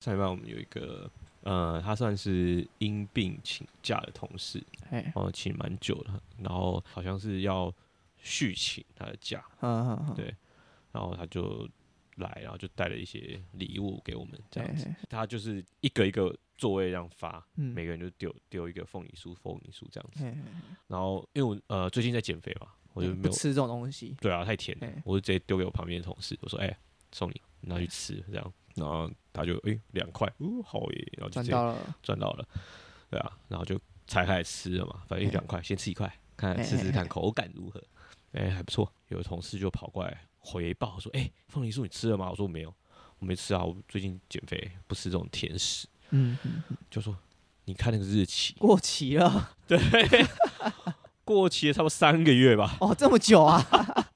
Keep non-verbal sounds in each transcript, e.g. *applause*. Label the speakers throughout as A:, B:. A: 上礼拜我们有一个，呃，他算是因病请假的同事，
B: 哎，
A: 哦，请蛮久的，然后好像是要续请他的假，
B: 嗯嗯嗯，
A: 对然后他就来，然后就带了一些礼物给我们，这样子。
B: 嘿，嘿
A: 他就是一个一个座位这样发，
B: 嗯，
A: 每个人就丢丢一个凤梨酥、凤梨酥这样子。
B: 嘿，嘿嘿
A: 然后因为我呃最近在减肥嘛，我就
B: 对
A: 没
B: 不
A: 有
B: 吃这种东西，
A: 对啊，太甜了
B: 嘿，
A: 我就直接丢给我旁边的同事，我说：“哎、送你，拿去吃。”这样，然后他就哎两块，哦好耶，然后就
B: 赚
A: 直接
B: 到了，
A: 赚到了，对啊，然后就拆开来吃了嘛，反正一
B: 嘿
A: 两块，先吃一块，看
B: 嘿
A: 试试
B: 嘿
A: 看口感如何。哎、还不错。有的同事就跑过来回报说：“哎、凤梨酥你吃了吗？”我说：“没有，我没吃啊，我最近减肥，不吃这种甜食。
B: 嗯，嗯嗯”
A: 就说：“你看那个日期，
B: 过期了，
A: 对，过期了差不多三个月吧，
B: 哦，这么久啊，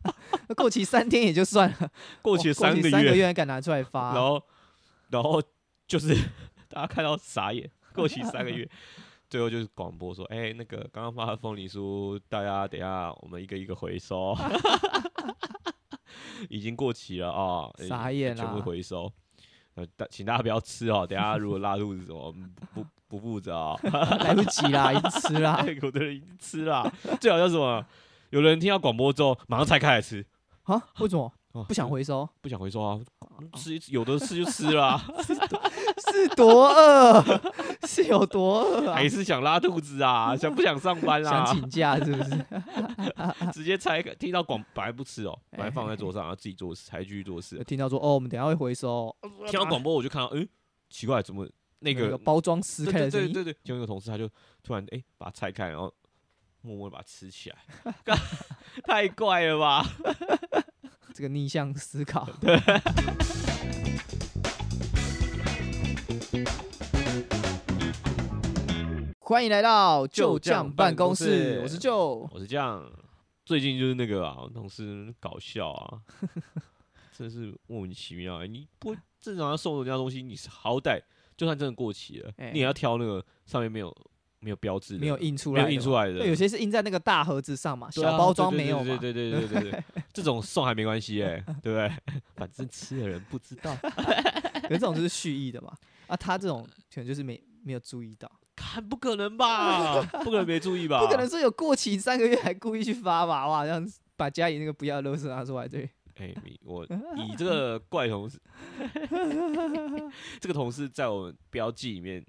B: *laughs* 过期三天也就算了，
A: 过期了
B: 哦
A: 三个
B: 三
A: 月，
B: 个月还敢拿出来发，
A: 然后然后就是 *laughs* 大家看到傻眼，过期三个月，最后就是广播说，哎、那个刚刚发的凤梨酥，大家等一下我们一个一个回收， *laughs* 已经过期了啊，哎
B: 傻眼
A: 全部
B: 啦
A: 回收。呃，大请大家不要吃哦，等一下如果拉肚子什么嗯不不不负责哦。 *laughs* 哎
B: 来不及啦，已经吃啦，
A: 有的人已经吃了，最好叫什么？有人听到广播之后马上拆开来吃，
B: 啊，为什么
A: 哦
B: 不想回哦收？
A: 不想回收啊，吃有的吃就吃了啊、
B: 是多饿，是有多饿
A: *laughs*
B: 啊
A: 还？是想拉肚子 *laughs* 啊，想不想上班
B: 想
A: 啊？
B: 请假是不是？ *laughs*
A: 直接拆开，听到广本来不吃哦，本来放在桌上，然后自己做事，还继续做 *laughs*
B: 有
A: 事。
B: 听到说哦，我们等一下会回收，
A: 听到广播我就看到，嗯，奇怪，怎么那
B: 有
A: 个
B: 包装撕
A: 对
B: 开
A: 对
B: 的声
A: 对
B: 音，
A: 对对，就那个同事他就突然哎把它拆开，然后默默地把它吃起来， *laughs* 太怪了吧？
B: 这个逆向
A: *laughs*
B: 思考， *laughs* 欢迎来到旧将办公室，我是旧。
A: 我是这样，最近就是那个啊，同事搞笑 *laughs* 啊，真是莫名其妙、欸。你不正常要送人家东西，你好歹就算真的过期了，
B: 哎
A: 你也要挑那个上面没有没有标志的，
B: 没有印出
A: 没
B: 来，
A: 有印出来的，
B: 对，有些是印在那个大盒子上嘛，
A: 对啊
B: 小包装
A: 对对
B: 没有
A: 对
B: 嘛。
A: 对对对对对
B: *laughs*
A: 对，这种送还没关系哎、对 *laughs* 不对？反正吃的人不知
B: *laughs*
A: 道，
B: 可是这种就是蓄意的嘛，啊，他这种可能就是没没有注意到，
A: 看不可能吧？不可能没注意吧？
B: *laughs* 不可能说有过期三个月还故意去发吧？哇，这样子把家里那个不要的垃圾拿出来，对，
A: 哎、你我以这个怪同
B: *laughs*
A: 事，这个同事在我们标记里面，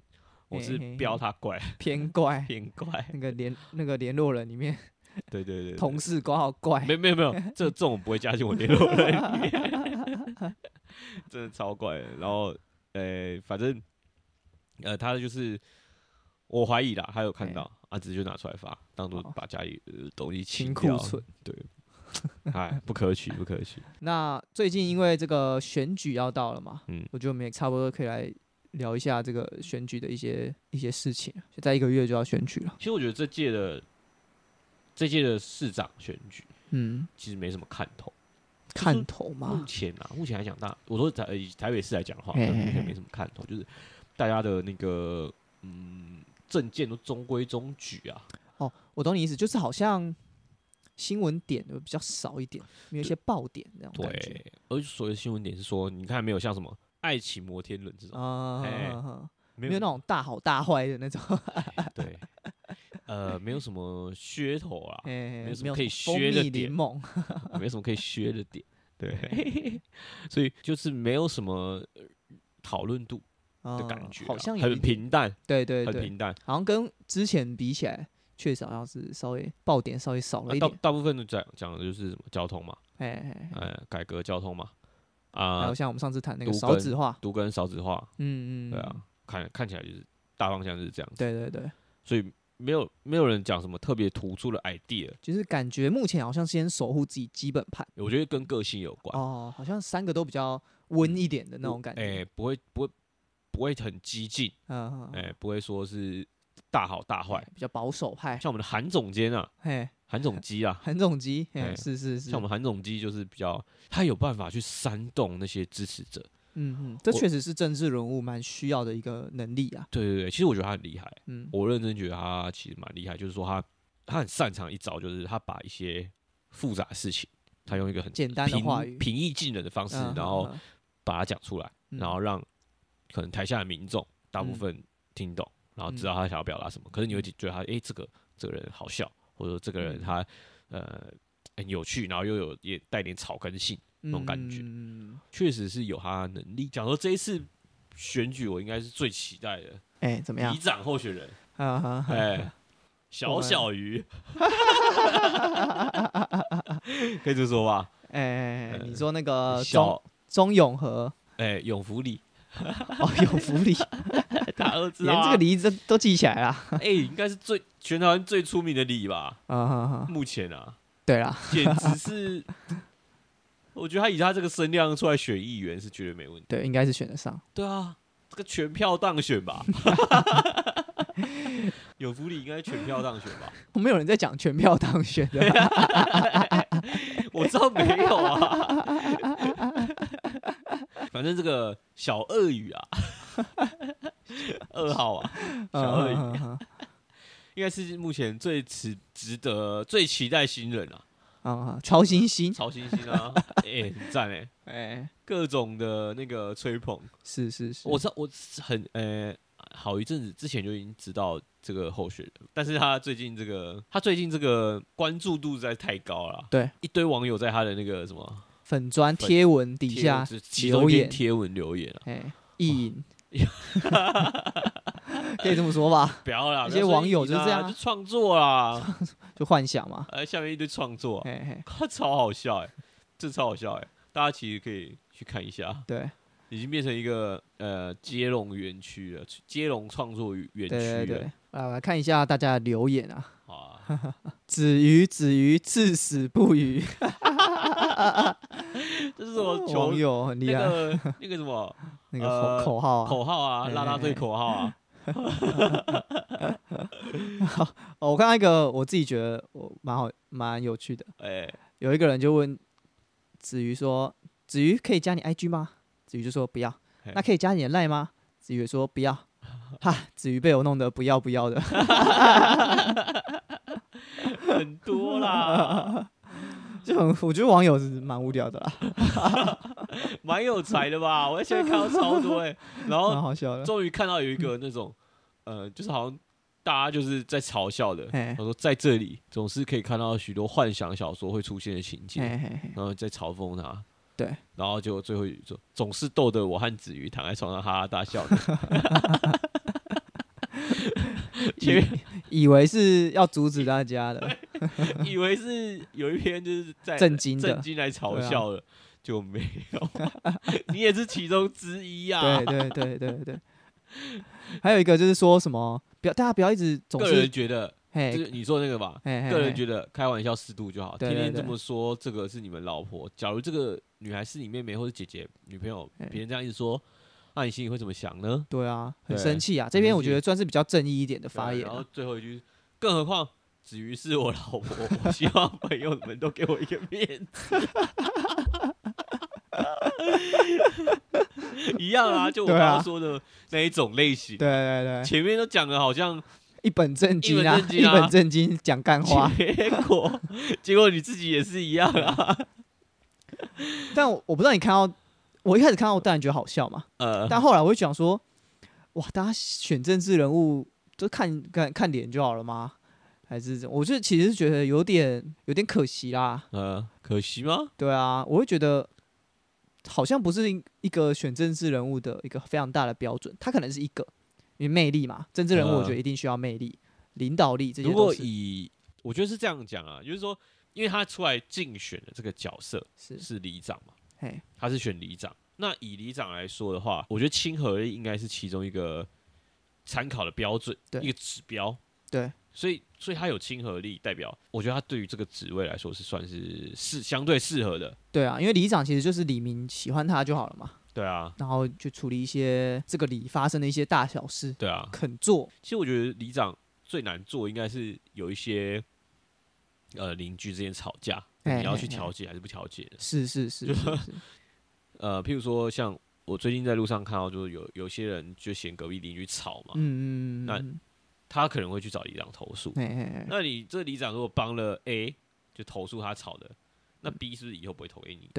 A: 我是
B: 嘿嘿嘿
A: 标他怪 *laughs*
B: 偏怪。
A: 偏怪。
B: 那个联那个联络人里面
A: 对对对对
B: 同事挂号怪，
A: 没没有没
B: *laughs*
A: 有，这这种不会加进我联络人里面 *laughs* 真的超怪的。然后呃，反正呃，他就是我怀疑啦，他有看
B: 嘿
A: 到，啊，只是就拿出来发，当做
B: 好
A: 把家里呃东西
B: 清
A: 清
B: 库
A: 掉。
B: 存。
A: 哎，不可取，不可取。
B: 那最近因为这个选举要到了嘛，
A: 嗯
B: 我觉得我们也差不多可以来聊一下这个选举的一些一些事情。就在一个月就要选举了，
A: 其实我觉得这届的这届的市长选举
B: 嗯，
A: 其实没什么看头。
B: 看头嘛
A: 目，前啊，目前来讲，大我说台以台北市来讲的话，可
B: 嘿
A: 能目
B: 嘿
A: 前
B: 嘿
A: 没什么看头，就是大家的那个嗯证件都中规中矩啊。
B: 哦，我懂你意思，就是好像新闻点就比较少一点，没有一些爆点那种感觉
A: 对，而所谓的新闻点是说，你看没有像什么爱情摩天轮这种，
B: 啊、
A: 哎没
B: 没有那种大好大坏的那种，
A: 对， *laughs* 呃，没有什么噱头啊，
B: 哎
A: 没有什么
B: 没有
A: 可以
B: 什么
A: 削的
B: 蜂蜜
A: 点
B: 柠檬，
A: 没什么可以削的
B: *laughs*
A: 点，对，所以就是没有什么呃讨论度的
B: 嗯
A: 感觉啊，
B: 好像有一
A: 很
B: 点，
A: 平淡，
B: 对对
A: 很
B: 对，
A: 平淡。
B: 好像跟之前比起来，确实好像是稍微爆点稍微少了
A: 那
B: 一
A: 啊大
B: 点，
A: 大部分都讲讲的就是什么交通嘛，
B: 哎哎哎。
A: 呃，改革交通嘛，
B: 还
A: 啊
B: 有，像我们上次谈那个
A: 读
B: 少
A: 跟
B: 子化，
A: 读跟少子化，
B: 嗯嗯，
A: 对啊，看看起来就是大方向就是这样子，
B: 对对对，
A: 所以没有没有人讲什么特别突出的 idea，
B: 就是感觉目前好像先守护自己基本盘
A: 我觉得跟个性有关，
B: 哦，好像三个都比较温一点的那种感
A: 哎、
B: 觉，
A: 不会不会不会很激进，
B: 嗯，嗯
A: 哎、
B: 嗯
A: 不会说是大好大坏，
B: 比较保守派，
A: 像我们的韩总监啊，
B: 嘿，
A: 韩总机
B: *laughs*
A: 啊，
B: 韩总机，
A: 哎
B: 嘿，是是是
A: 像我，们韩总机就是比较，他有办法去煽动那些支持者。
B: 嗯嗯，这
A: 我
B: 确实是政治人物蛮需要的一个能力啊，
A: 对对对，其实我觉得他很厉害，
B: 嗯，
A: 我认真觉得他其实蛮厉害，就是说他他很擅长一招，就是他把一些复杂的事情，他用一个很
B: 简单的话语
A: 平，平易近人的方式，
B: 嗯
A: 然后
B: 嗯
A: 把它讲出来，
B: 嗯
A: 然后让可能台下的民众大部
B: 嗯
A: 分听懂，然后
B: 嗯
A: 知道他想要表达什么，可是你会觉得他，诶，这个这个人好笑，或者说这个人
B: 嗯
A: 他呃很有趣，然后又有也带点草根性，
B: 那
A: 种感觉
B: 嗯，
A: 确实是有他的能力。讲说这一次选举，我应该是最期待的
B: 哎，怎么样
A: 里？长候选
B: *laughs*
A: 人，
B: 啊哈哈，
A: 哎、小小
B: *laughs*
A: 鱼，可以这么说吧？
B: 哎，哎
A: 呃
B: 你说那个
A: 小
B: 中中永和 *laughs*
A: 哎、永福里，
B: 哦，有福利，
A: 大家都知道
B: 连
A: 啊、
B: 这个梨这都记起来了。
A: 哎、应该是最全台湾最出名的里吧？
B: 啊哈哈，
A: *laughs* 目前啊，
B: 对啦，
A: 简直是，我觉得他以他这个声量出来选议员是绝对没问题。
B: 对，应该是选得上。
A: 对啊，这个全票当选吧？ *laughs* 有福利应该全票当选 *laughs* 吧？
B: 没有人在讲全票当选的
A: *laughs*
B: 吧，
A: 我知道没有啊，反正这个小鳄鱼啊，二号啊，小鳄鱼
B: 嗯嗯
A: 应该是目前最值值得最期待新人啊，
B: 嗯嗯，超新星，
A: 曹星星啊，哎、很赞哎、
B: 哎，
A: 各种的那个吹捧，
B: 是是是，
A: 我知道我很呃、好一阵子之前就已经知道这个候选人，但是他最近这个他最近这个关注度实在太高了，
B: 对，
A: 一堆网友在他的那个什么
B: 粉砖
A: 粉
B: 贴文底
A: 贴
B: 下
A: 文就是其中一
B: 留
A: 篇
B: 言
A: 贴文留言啊，
B: 哎，意
A: *laughs*
B: 淫，可以这么说吧，
A: 不要啦，
B: *laughs* 一
A: 不要
B: 些
A: 说
B: 网友
A: 意淫
B: 就是这样
A: 啦
B: 啊
A: 就创作啦，
B: 就幻想嘛，
A: 呃，下面一堆创作
B: *laughs*
A: 啊，
B: 嘿嘿，
A: 靠超好笑哎、这超好笑哎、大家其实可以去看一下，
B: 对
A: 已经变成一个呃接龙园区了，接龙创作园区了
B: 对对对，啊，来看一下大家的留言啊。
A: 啊。
B: 子瑜，子瑜，至死不渝。
A: 这是我球
B: 哦网友很厉
A: 那
B: 害，
A: 个
B: *laughs*
A: 那个什么
B: 那
A: 呃
B: 个口口号啊。
A: 口号啊，
B: 哎
A: 拉拉队
B: 哎
A: 口号啊，
B: 哦，我看到一个，我自己觉得我蛮好，蛮有趣的。
A: 哎，
B: 有一个人就问子瑜说：“子瑜可以加你 IG 吗？”子瑜就说：“不要。”
A: 嘿
B: 那可以加你的 line 吗？子瑜也说：“不要。”
A: *laughs*
B: 哈，子瑜被我弄得不要不要的。 *laughs*
A: 很哎多
B: *laughs*
A: 啦，
B: 就很，我觉得网友是蛮无聊的啦，
A: 蛮有才的吧？我现在看到超多
B: *laughs*
A: 哎，然后
B: 蛮好笑的。
A: 终于看到有一个那种，呃，就是好像大家就是在嘲笑的，
B: 哎
A: 他说在这里总是可以看到许多幻想小说会出现的情节，
B: 嘿嘿嘿，
A: *laughs* 然后在嘲讽他。
B: 哎对，
A: 然后结果最后一句说，总是逗得我和子瑜躺在床上哈哈大笑
B: *laughs*
A: 呢。前面
B: 以以为是要阻止大家的，
A: 以为是有一篇就是在
B: 震惊的啊
A: 震惊来嘲笑的，就没有。 *laughs* 你也是其中之一啊
B: 对。对对对对。还有一个就是说什么，不要大家不要一直总
A: 个
B: 是
A: 人觉得，
B: 嘿
A: 就是你说那个吧，
B: 嘿嘿，
A: 个人觉
B: 嘿
A: 得开玩笑适度就好，
B: 对
A: 天
B: 对
A: 天这
B: 对
A: 么说，这个是你们老婆。假如这个女孩是你妹妹或者姐姐、女朋友
B: 哎，
A: 别人这样一直说，那你心里会怎么想呢？
B: 对啊，很
A: 对
B: 生气啊。
A: 很
B: 这边
A: 生
B: 我觉
A: 气
B: 得算是比较正义一点的发
A: 对
B: 言
A: 然后
B: 啊，
A: 最后一句，更何况子瑜是我老婆，我希望朋友们都给我一个面子。 *laughs* 一样啊，就我刚
B: 对啊
A: 刚说的那一种类型。
B: 对对对，
A: 前面都讲的好像
B: 一本正经啊
A: 一本，正
B: *laughs* 一
A: 经啊
B: 本正经讲干话。 *laughs*
A: 结果，结果你自己也是一样啊。
B: 但我我不知道你看到，我一开始看到，我当然觉得好笑嘛，
A: 呃，
B: 但后来我就想说，哇，大家选政治人物就看看看脸就好了吗？还是怎我就其实觉得有点有点可惜啦。
A: 呃，可惜吗？
B: 对啊，我会觉得好像不是一个选政治人物的一个非常大的标准，他可能是一个，因为魅力嘛，政治人物我觉得一定需要魅力、领导力这些
A: 嗯如
B: 都
A: 果
B: 是。
A: 以我觉得是这样讲啊，就是说，因为他出来竞选的这个角色
B: 是，
A: 是里长嘛，
B: 嘿，
A: 他是选里长。那以里长来说的话，我觉得亲和力应该是其中一个参考的标准，
B: 对
A: 一个指标。
B: 对，
A: 所以所以他有亲和力，代表我觉得他对于这个职位来说是算是是相对适合的。
B: 对啊，因为里长其实就是李明喜欢他就好了嘛，
A: 对啊，
B: 然后就处理一些这个里发生的一些大小事，
A: 对啊。
B: 肯做，
A: 其实我觉得里长最难做应该是有一些呃邻居之间吵架，
B: 哎
A: 你要去
B: 哎哎
A: 调解还是不调解的？
B: 是是是
A: *laughs*
B: 是是，
A: 呃，譬如说像我最近在路上看到，就是有有些人就嫌隔壁邻居吵嘛，
B: 嗯嗯嗯
A: 那
B: 嗯，
A: 他可能会去找里长投诉。
B: 哎哎哎，
A: 那你这里长如果帮了 A，就投诉他吵的，那 B 是不是以后不会投给你？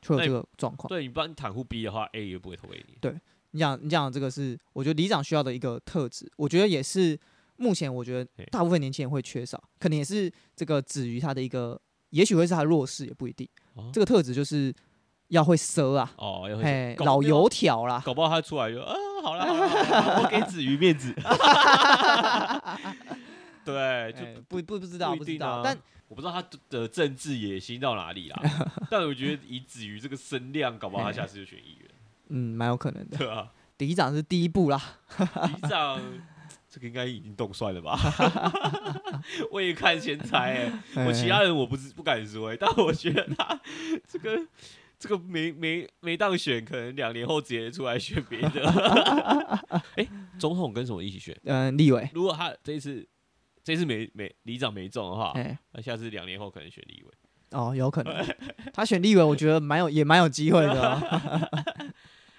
B: 就有
A: 那
B: 这个状况。
A: 对你帮你袒护 B 的话，A 也不会投给你。
B: 你讲你讲的这个是，我觉得里长需要的一个特质，我觉得也是目前我觉得
A: 嘿
B: 大部分年轻人会缺少，可能也是这个止于他的一个，也许会是他的弱势，也不一定。
A: 哦
B: 这个特质就是要会奢啊，
A: 哦，要
B: 嘿
A: 会，搞
B: 老
A: 不好
B: 油条 *laughs* 啦，
A: 搞不好他出来就啊，好了，好啦
B: *laughs*
A: 好啦我给子瑜面子。对，就
B: 哎不不不知道
A: 不
B: 不
A: 一定
B: 知道，
A: 啊
B: 但
A: 我不知道他的政治野心到哪里啦，
B: *laughs*
A: 但我觉得以子瑜这个声量，搞不好他下次就选议
B: *laughs*
A: 员，
B: 嗯，蛮有可能的。
A: 对吧、
B: 里长是第一步啦，
A: 里长这个应该已经动算了
B: *laughs*
A: 吧？未看先猜、欸，
B: 哎
A: 我其他人我不是不敢说、欸， *laughs* 但我觉得他这个这个没没没当选，可能两年后直接出来选别的。
B: *laughs*
A: 哎、总统跟什么一起选？
B: 嗯、呃立委，
A: 如果他这一次这一次没没里长没中的话，
B: 哎、
A: 那下次两年后可能选立委。
B: 哦，有可能他选立委，我觉得蛮有也蛮有机会的、哦，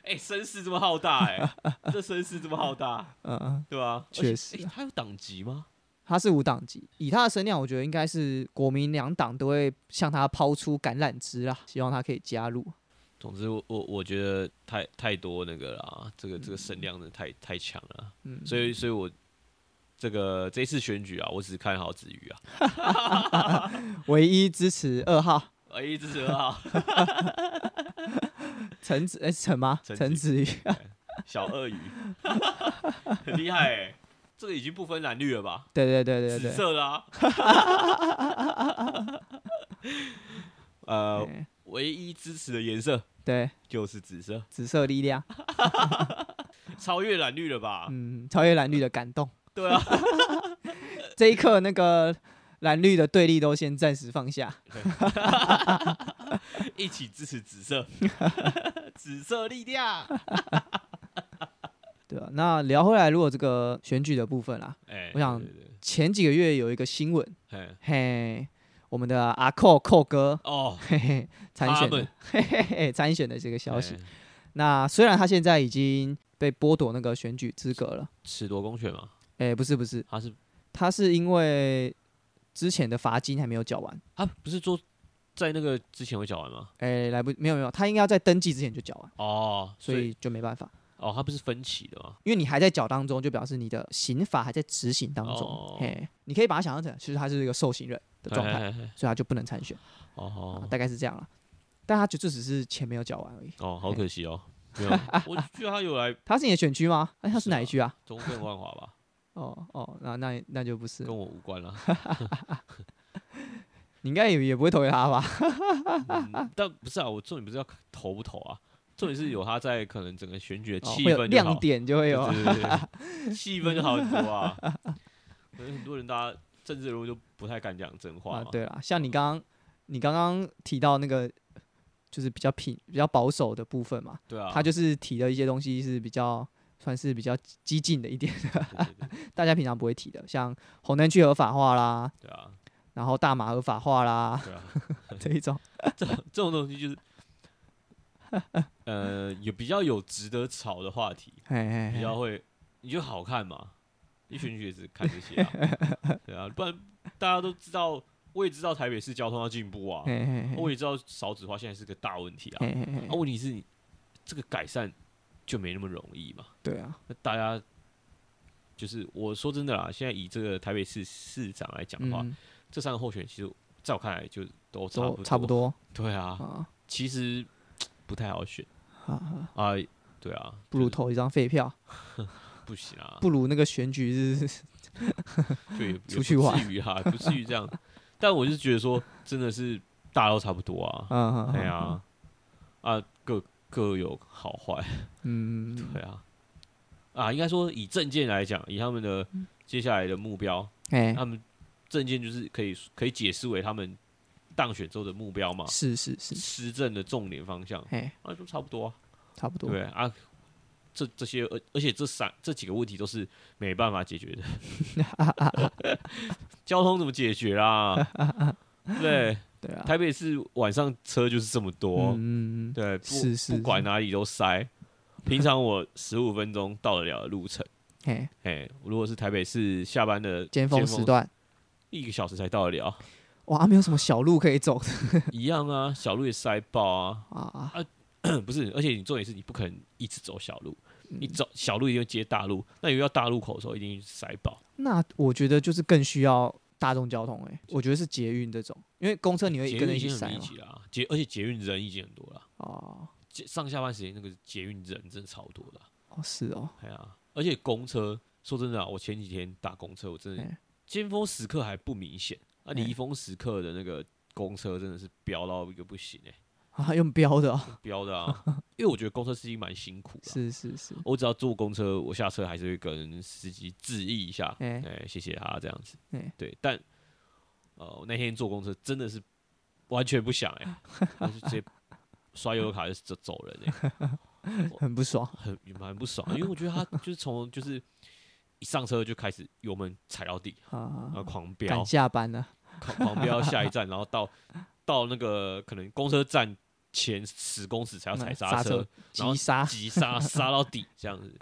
A: 哎、声势这么浩大、
B: *laughs*
A: 哎，这声势这么浩大，
B: 嗯、 *laughs* 嗯，
A: 对吧、
B: 确
A: 而且
B: 实
A: 哎他有党籍吗？
B: 他是无党籍，以他的声量，我觉得应该是国民两党都会向他抛出橄榄枝啦，希望他可以加入。
A: 总之我，我我觉得太太多那个啦，这个这个声量真的太太强了。啊
B: 嗯，
A: 所以，所以我这个这一次选举啊，我只是看好子瑜啊，
B: 唯一支持二号
A: 哎、支持很 *laughs* 好，
B: 陈子，哎、是陈吗？
A: 陈
B: 陈子瑜， *laughs*
A: 小鳄 *laughs* 鱼，很厉害哎、这个已经不分蓝绿了吧？
B: 对对对对
A: 紫
B: 对，
A: 色啊 *laughs* 啦、呃，
B: 哎
A: 唯一支持的颜色
B: 对，
A: 就是紫色，
B: 紫色力量，
A: 超越蓝绿了吧？
B: 嗯，超越蓝绿的感动。
A: *laughs* 对啊，
B: *laughs* 这一刻，那个蓝绿的对立都先暂时放下。
A: 一起支持紫 *laughs* 色，紫色力 *laughs* 量。
B: 对啊，那聊回来，如果这个选举的部分啦，
A: 哎、
B: 我想
A: 对对对
B: 前几个月有一个新闻，
A: 哎
B: 嘿，我们的阿寇寇哥， *laughs*
A: 哦，
B: 嘿嘿，参选
A: 他们
B: 的， *laughs* 嘿嘿嘿，参选的这个消息
A: 哎。
B: 那虽然他现在已经被夺夺那个选举资格了，
A: 褫夺公权嘛，
B: 哎、不是不是，
A: 他是
B: 他是因为之前的罚金还没有缴完，
A: 他不是做在那个之前会讲完吗？
B: 哎、来不没有没有，他应该要在登记之前就缴完，
A: 哦，
B: 所以就没办法，
A: 哦，他不是分歧的吗？
B: 因为你还在缴当中，就表示你的刑罚还在执行当中
A: 哦，
B: 哎、你可以把它想象成，其实他是一个受刑人的状态，
A: 嘿嘿嘿
B: 所以他就不能参选、啊
A: 哦，
B: 大概是这样了。但他就就只是钱没有缴完而已。
A: 哦，好可惜哦，
B: *laughs*
A: 没有，我觉得他有来
B: 他是你的选区吗？哎、他是
A: 是
B: 哪一
A: 啊
B: 区啊？
A: 中正万华吧，
B: 哦哦，那那那就不是，
A: 跟我无关啊啦。
B: 你应该也也不会投给
A: *laughs*
B: 他吧？
A: 嗯但不是啊，我重点不是要看投不投啊，重点是有他在，可能整个选举的
B: 哦
A: 气
B: 会有
A: 氛就好
B: 亮，点就会有。啊
A: 对对对
B: *laughs*
A: 对气氛就好很多啊。可能很多人大家政治人物就不太敢讲真话
B: 啊
A: 嘛，，
B: 对啦，像你刚刚你刚刚提到那个，就是比较平、比较保守的部分嘛，
A: 对啊，
B: 他就是提的一些东西是比较算是比较激进的一 *laughs* 点，
A: 对对对
B: 大家平常不会提的，像红灯区合法化啦，
A: 对啊，
B: 然后大麻合法化啦
A: 对啊。
B: *laughs* 这一种，
A: 这种东西
B: *laughs*
A: 就是，呃，有比较有值得吵的话题，
B: 嘿嘿
A: 比较
B: 嘿，
A: 会，你就好看嘛。一群学只看这些
B: *laughs*
A: 啊，对啊，不然大家都知道，我也知道台北市交通要进步啊，
B: 嘿嘿嘿
A: 我也知道少子化现在是个大问题啊。
B: 嘿嘿嘿
A: 啊，问题是你这个改善就没那么容易嘛。
B: 对啊，
A: 那大家就是我说真的啦，现在以这个台北市市长来讲的话，
B: 嗯，
A: 这三个候选人其实在我看来就都差
B: 都
A: 不
B: 差不
A: 多。
B: 多
A: 对啊，
B: 啊，
A: 其实不太好选
B: 哈哈
A: 啊、对啊，
B: 不如
A: 就是
B: 投一张废票，
A: 不行啊，
B: 不如那个选举日 *laughs*
A: 就也
B: 出去玩
A: 也不至于啊，不至于这样。但我就觉得说，真的是大家都差不多啊，
B: 嗯，
A: 对，啊，啊，各各有好坏，
B: 嗯，
A: 对啊，啊，应该说以证件来讲，以他们的接下来的目标，
B: 嗯哎，
A: 他们证件就是可以可以解释为他们当选之后的目标嘛，
B: 是是是，
A: 施政的重点方向
B: 嘿，
A: 啊，都差不多啊。
B: 差不多，
A: 对啊，这这些而而且这三这几个问题都是没办法解决的，
B: *laughs*
A: *laughs* 交通怎么解决啦？对，
B: 对啊，
A: 台北市晚上车就是这么多，
B: 嗯，嗯嗯
A: 对，不
B: 是是
A: 不管哪里都塞。平常我十五分钟到得了的路程，
B: 嘿，
A: 哎，如果是台北市下班的
B: 尖峰时，段，
A: 一个小时才到得了，
B: 哇，啊没有什么小路可以走的
A: 一样啊，小路也塞爆啊。
B: 啊，
A: 不是，而且你重点是你不可能一直走小路，
B: 嗯
A: 你走小路一定会接大路，那你遇到大路口的时候一定塞爆。
B: 那我觉得就是更需要大众交通哎、我觉得是捷运这种，因为公车你会
A: 捷
B: 跟着
A: 运已
B: 一起
A: 经
B: 塞
A: 很密
B: 嘛。
A: 集啦，捷而且捷运人已经很多了，
B: 哦
A: 捷上下班时间那个捷运人真的超多的啊，
B: 哦是哦，
A: 哎呀，而且公车说真的啊，我前几天打公车，我真的
B: 哎
A: 尖峰时刻还不明显，啊，
B: 哎
A: 离峰时刻的那个公车真的是飙到一个不行哎、
B: 啊用标的哦，
A: 飙的啊，因为我觉得公车司机蛮辛苦的啊。
B: *laughs* 是是是，
A: 我只要坐公车，我下车还是会跟司机致意一下，哎、
B: 哎
A: 谢谢他这样子。
B: 哎
A: 对，但呃，我那天坐公车真的是完全不想哎、我就直接刷悠游卡就走走人哎、
B: 很不爽。
A: 很蛮不爽，因为我觉得他就是从就是一上车就开始油门踩到底，然后
B: 啊，
A: 狂
B: 赶
A: 飙，
B: 下班了，
A: 狂狂飙下一站，然后到到那个可能公车站前十公尺才要踩
B: 嗯
A: 刹车啊
B: 车，，
A: 然后
B: 急刹，
A: 急刹刹到底这样子。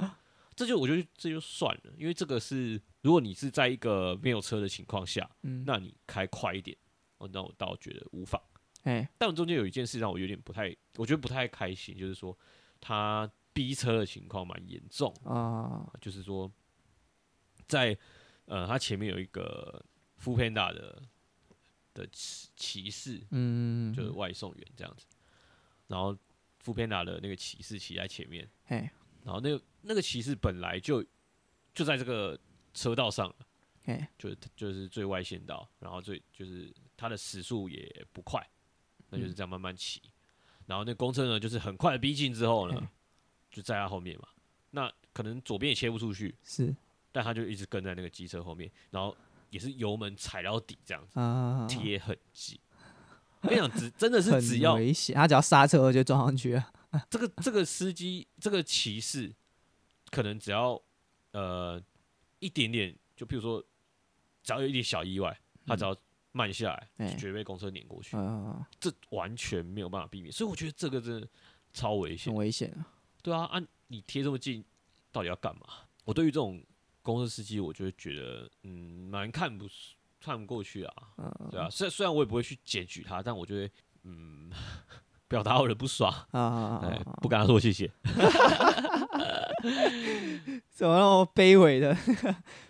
A: 这就我觉得这就算了，因为这个是如果你是在一个没有车的情况下，
B: 嗯，
A: 那你开快一点，哦，那我倒觉得无妨。
B: 哎，
A: 但中间有一件事让我有点不太，我觉得不太开心，就是说他逼车的情况蛮严重，
B: 啊，
A: 就是说在呃，他前面有一个 f o o Panda 的的骑骑士，
B: 嗯，
A: 就是外送员这样子，然后 f o o Panda 的那个骑士骑在前面，
B: 哎
A: 然后那个那个骑士本来就就在这个车道上了，
B: 哎，
A: 就是就是最外线道，然后最就是它的时速也不快，那
B: 嗯
A: 就是这样慢慢骑。然后那公车呢，就是很快的逼近之后呢
B: 嘿，
A: 就在他后面嘛。那可能左边也切不出去，
B: 是
A: 但他就一直跟在那个机车后面，然后也是油门踩到底这样子，
B: 啊，
A: 贴很近。我跟你讲，只真的是
B: 很
A: 只要
B: 危险，他只要刹车就撞上去了，
A: 这个这个司机这个骑士，可能只要呃一点点，就譬如说，只要有一点小意外，他只要慢下来，
B: 哎
A: 就绝对被公车碾过去，
B: 嗯，
A: 这完全没有办法避免。所以我觉得这个真的超危
B: 很
A: 险。
B: 危险啊，
A: 对啊，啊，你贴这么近，到底要干嘛？我对于这种公车司机，我就会觉得嗯，蛮看不看不过去啊。
B: 嗯
A: 对啊，虽虽然我也不会去检举他，但我就会嗯， *laughs* 表达我的不爽。哎
B: 啊，，
A: 不跟他说谢谢，
B: 怎么那么卑微的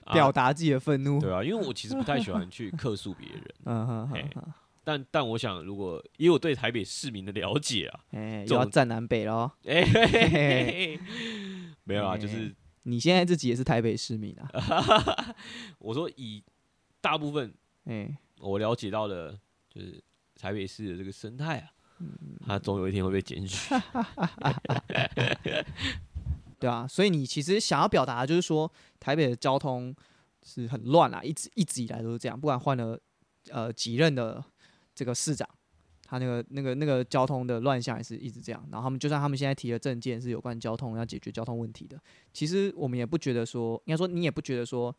A: 啊
B: 表达自己的愤怒？
A: 对啊，因为我其实不太喜欢去客诉别人，
B: 嗯哼
A: 哎
B: 哼哼，
A: 但但我想，如果以我对台北市民的了解啊，
B: 哎，
A: 这
B: 又要
A: 种
B: 站南北喽。
A: 哎、嘿嘿嘿嘿
B: 嘿
A: *laughs* 没有啊，就是
B: 哎你现在自己也是台北市民啊？
A: 我说以大部分
B: 哎，
A: 我了解到的，就是台北市的这个生态啊，它总有一天会被检举。 *laughs*
B: 对啊，所以你其实想要表达的就是说，台北的交通是很乱啊，一直一直以来都是这样，不管换了呃几任的这个市长，他那个那个那个交通的乱象也是一直这样。然后他们就算他们现在提的政见是有关交通要解决交通问题的，其实我们也不觉得说，应该说你也不觉得说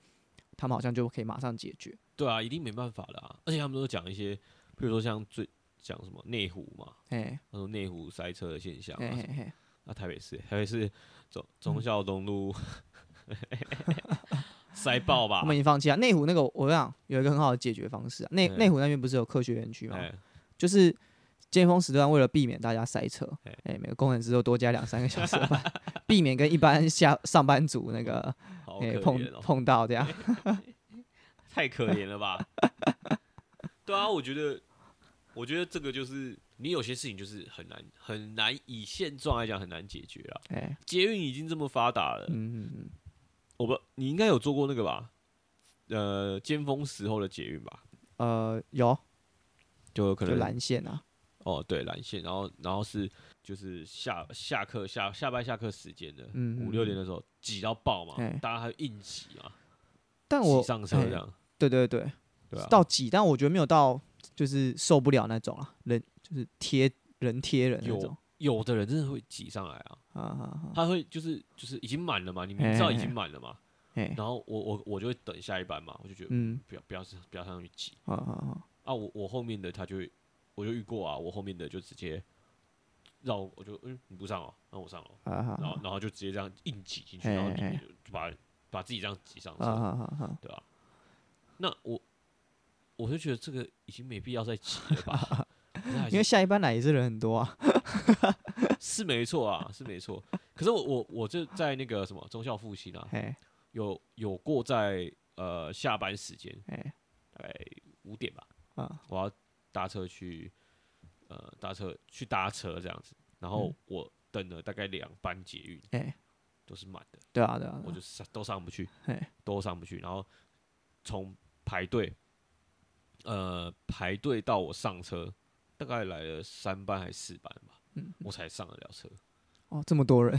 B: 他们好像就可以马上解决。
A: 对啊，一定没办法的啊，而且他们都讲一些，譬如说像最讲什么内湖嘛，
B: 哎
A: 他说内湖塞车的现象、
B: 哎
A: 啊，
B: 哎哎，
A: 那台北市，台北市中忠孝东路 *laughs* 塞爆吧 *laughs*
B: 我？们已经放弃了内湖那个，我想有一个很好的解决方式啊。内
A: 哎
B: 内湖那边不是有科学园区吗？
A: 哎，
B: 就是尖峰时段为了避免大家塞车，
A: 哎
B: 哎、每个工程师都多加两三个小时的班， *laughs* 避免跟一般下上班族那个
A: 好可
B: 哎、
A: 怜
B: 碰
A: 哦，
B: 碰到这样。
A: 太可怜了吧？对啊，我觉得，我觉得这个就是你有些事情就是很难很难以现状来讲很难解决啊。
B: 哎、
A: 捷运已经这么发达了，
B: 嗯，嗯
A: 我不，你应该有坐过那个吧？呃，尖峰时候的捷运吧，
B: 嗯呃，有
A: 就可
B: 就
A: 能
B: 蓝线啊，
A: 哦，对，蓝线，然后然后是就是下下课下下班下课时间的
B: 嗯
A: 五
B: 嗯
A: 六点的时候挤到爆嘛
B: 哎，
A: 大家还硬挤嘛，
B: 但我
A: 挤上车
B: 哎
A: 这样，
B: 对对对，
A: 对啊，
B: 到挤，但我觉得没有到就是受不了那种啊，人就是贴人贴人那种
A: 有的人真的会挤上来啊，
B: 啊啊，啊
A: 他会就是就是已经满了嘛，你明知道已经满了嘛，
B: 哎、
A: 然后我我我就会等下一班嘛，我就觉得
B: 嗯
A: 不要不要上不要上去挤
B: 啊啊啊，
A: 啊，我我后面的他就会我就遇过啊，我后面的就直接绕我就嗯你不上哦，那我上哦，
B: 啊啊
A: 然后然后就直接这样硬挤进去，
B: 哎
A: 然后里面
B: 哎
A: 就就把把自己这样挤上
B: 啊
A: 车，
B: 啊啊啊！
A: 对吧、那我我就觉得这个已经没必要再挤了
B: *laughs*
A: 吧，可是还是
B: 因为下一班来也是人很多啊，
A: 是没错啊，是没错。可是我我我就在那个什么中校复啊习啦，
B: 哎
A: 有有过在呃下班时间
B: 哎
A: 大概五点吧，
B: 啊
A: 我要搭车去呃搭车去搭车这样子，然后
B: 嗯
A: 我等了大概两班捷运
B: 哎，
A: 都是满的，
B: 对啊对啊，对啊
A: 我就上都上不去
B: 嘿，
A: 都上不去，然后从排队呃排队到我上车，大概来了三班还是四班吧，
B: 嗯
A: 我才上得了车。
B: 哦这么多人，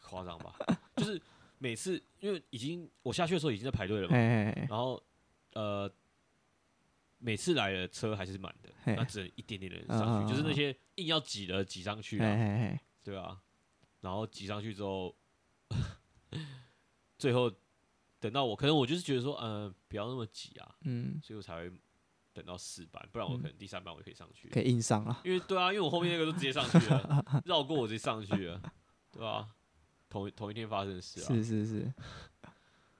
A: 夸张吧？ *laughs* 就是每次因为已经我下去的时候已经在排队了嘛，
B: 哎哎
A: 然后呃每次来的车还是满的，
B: 嘿
A: 那只能一点点的人上
B: 嗯嗯嗯
A: 去，就是那些硬要挤的挤上去
B: 哎
A: 啊，
B: 哎
A: 对啊，然后挤上去之后， *laughs* 最后等到我可能我就是觉得说，嗯、不要那么挤啊，
B: 嗯，
A: 所以我才会等到四班，不然我可能第三班我就可以上去，
B: 可以硬上了，
A: 因为对啊，因为我后面那个都直接上去了，绕过我直接上去了，对啊？同一同一天发生的事啊，
B: 是是是，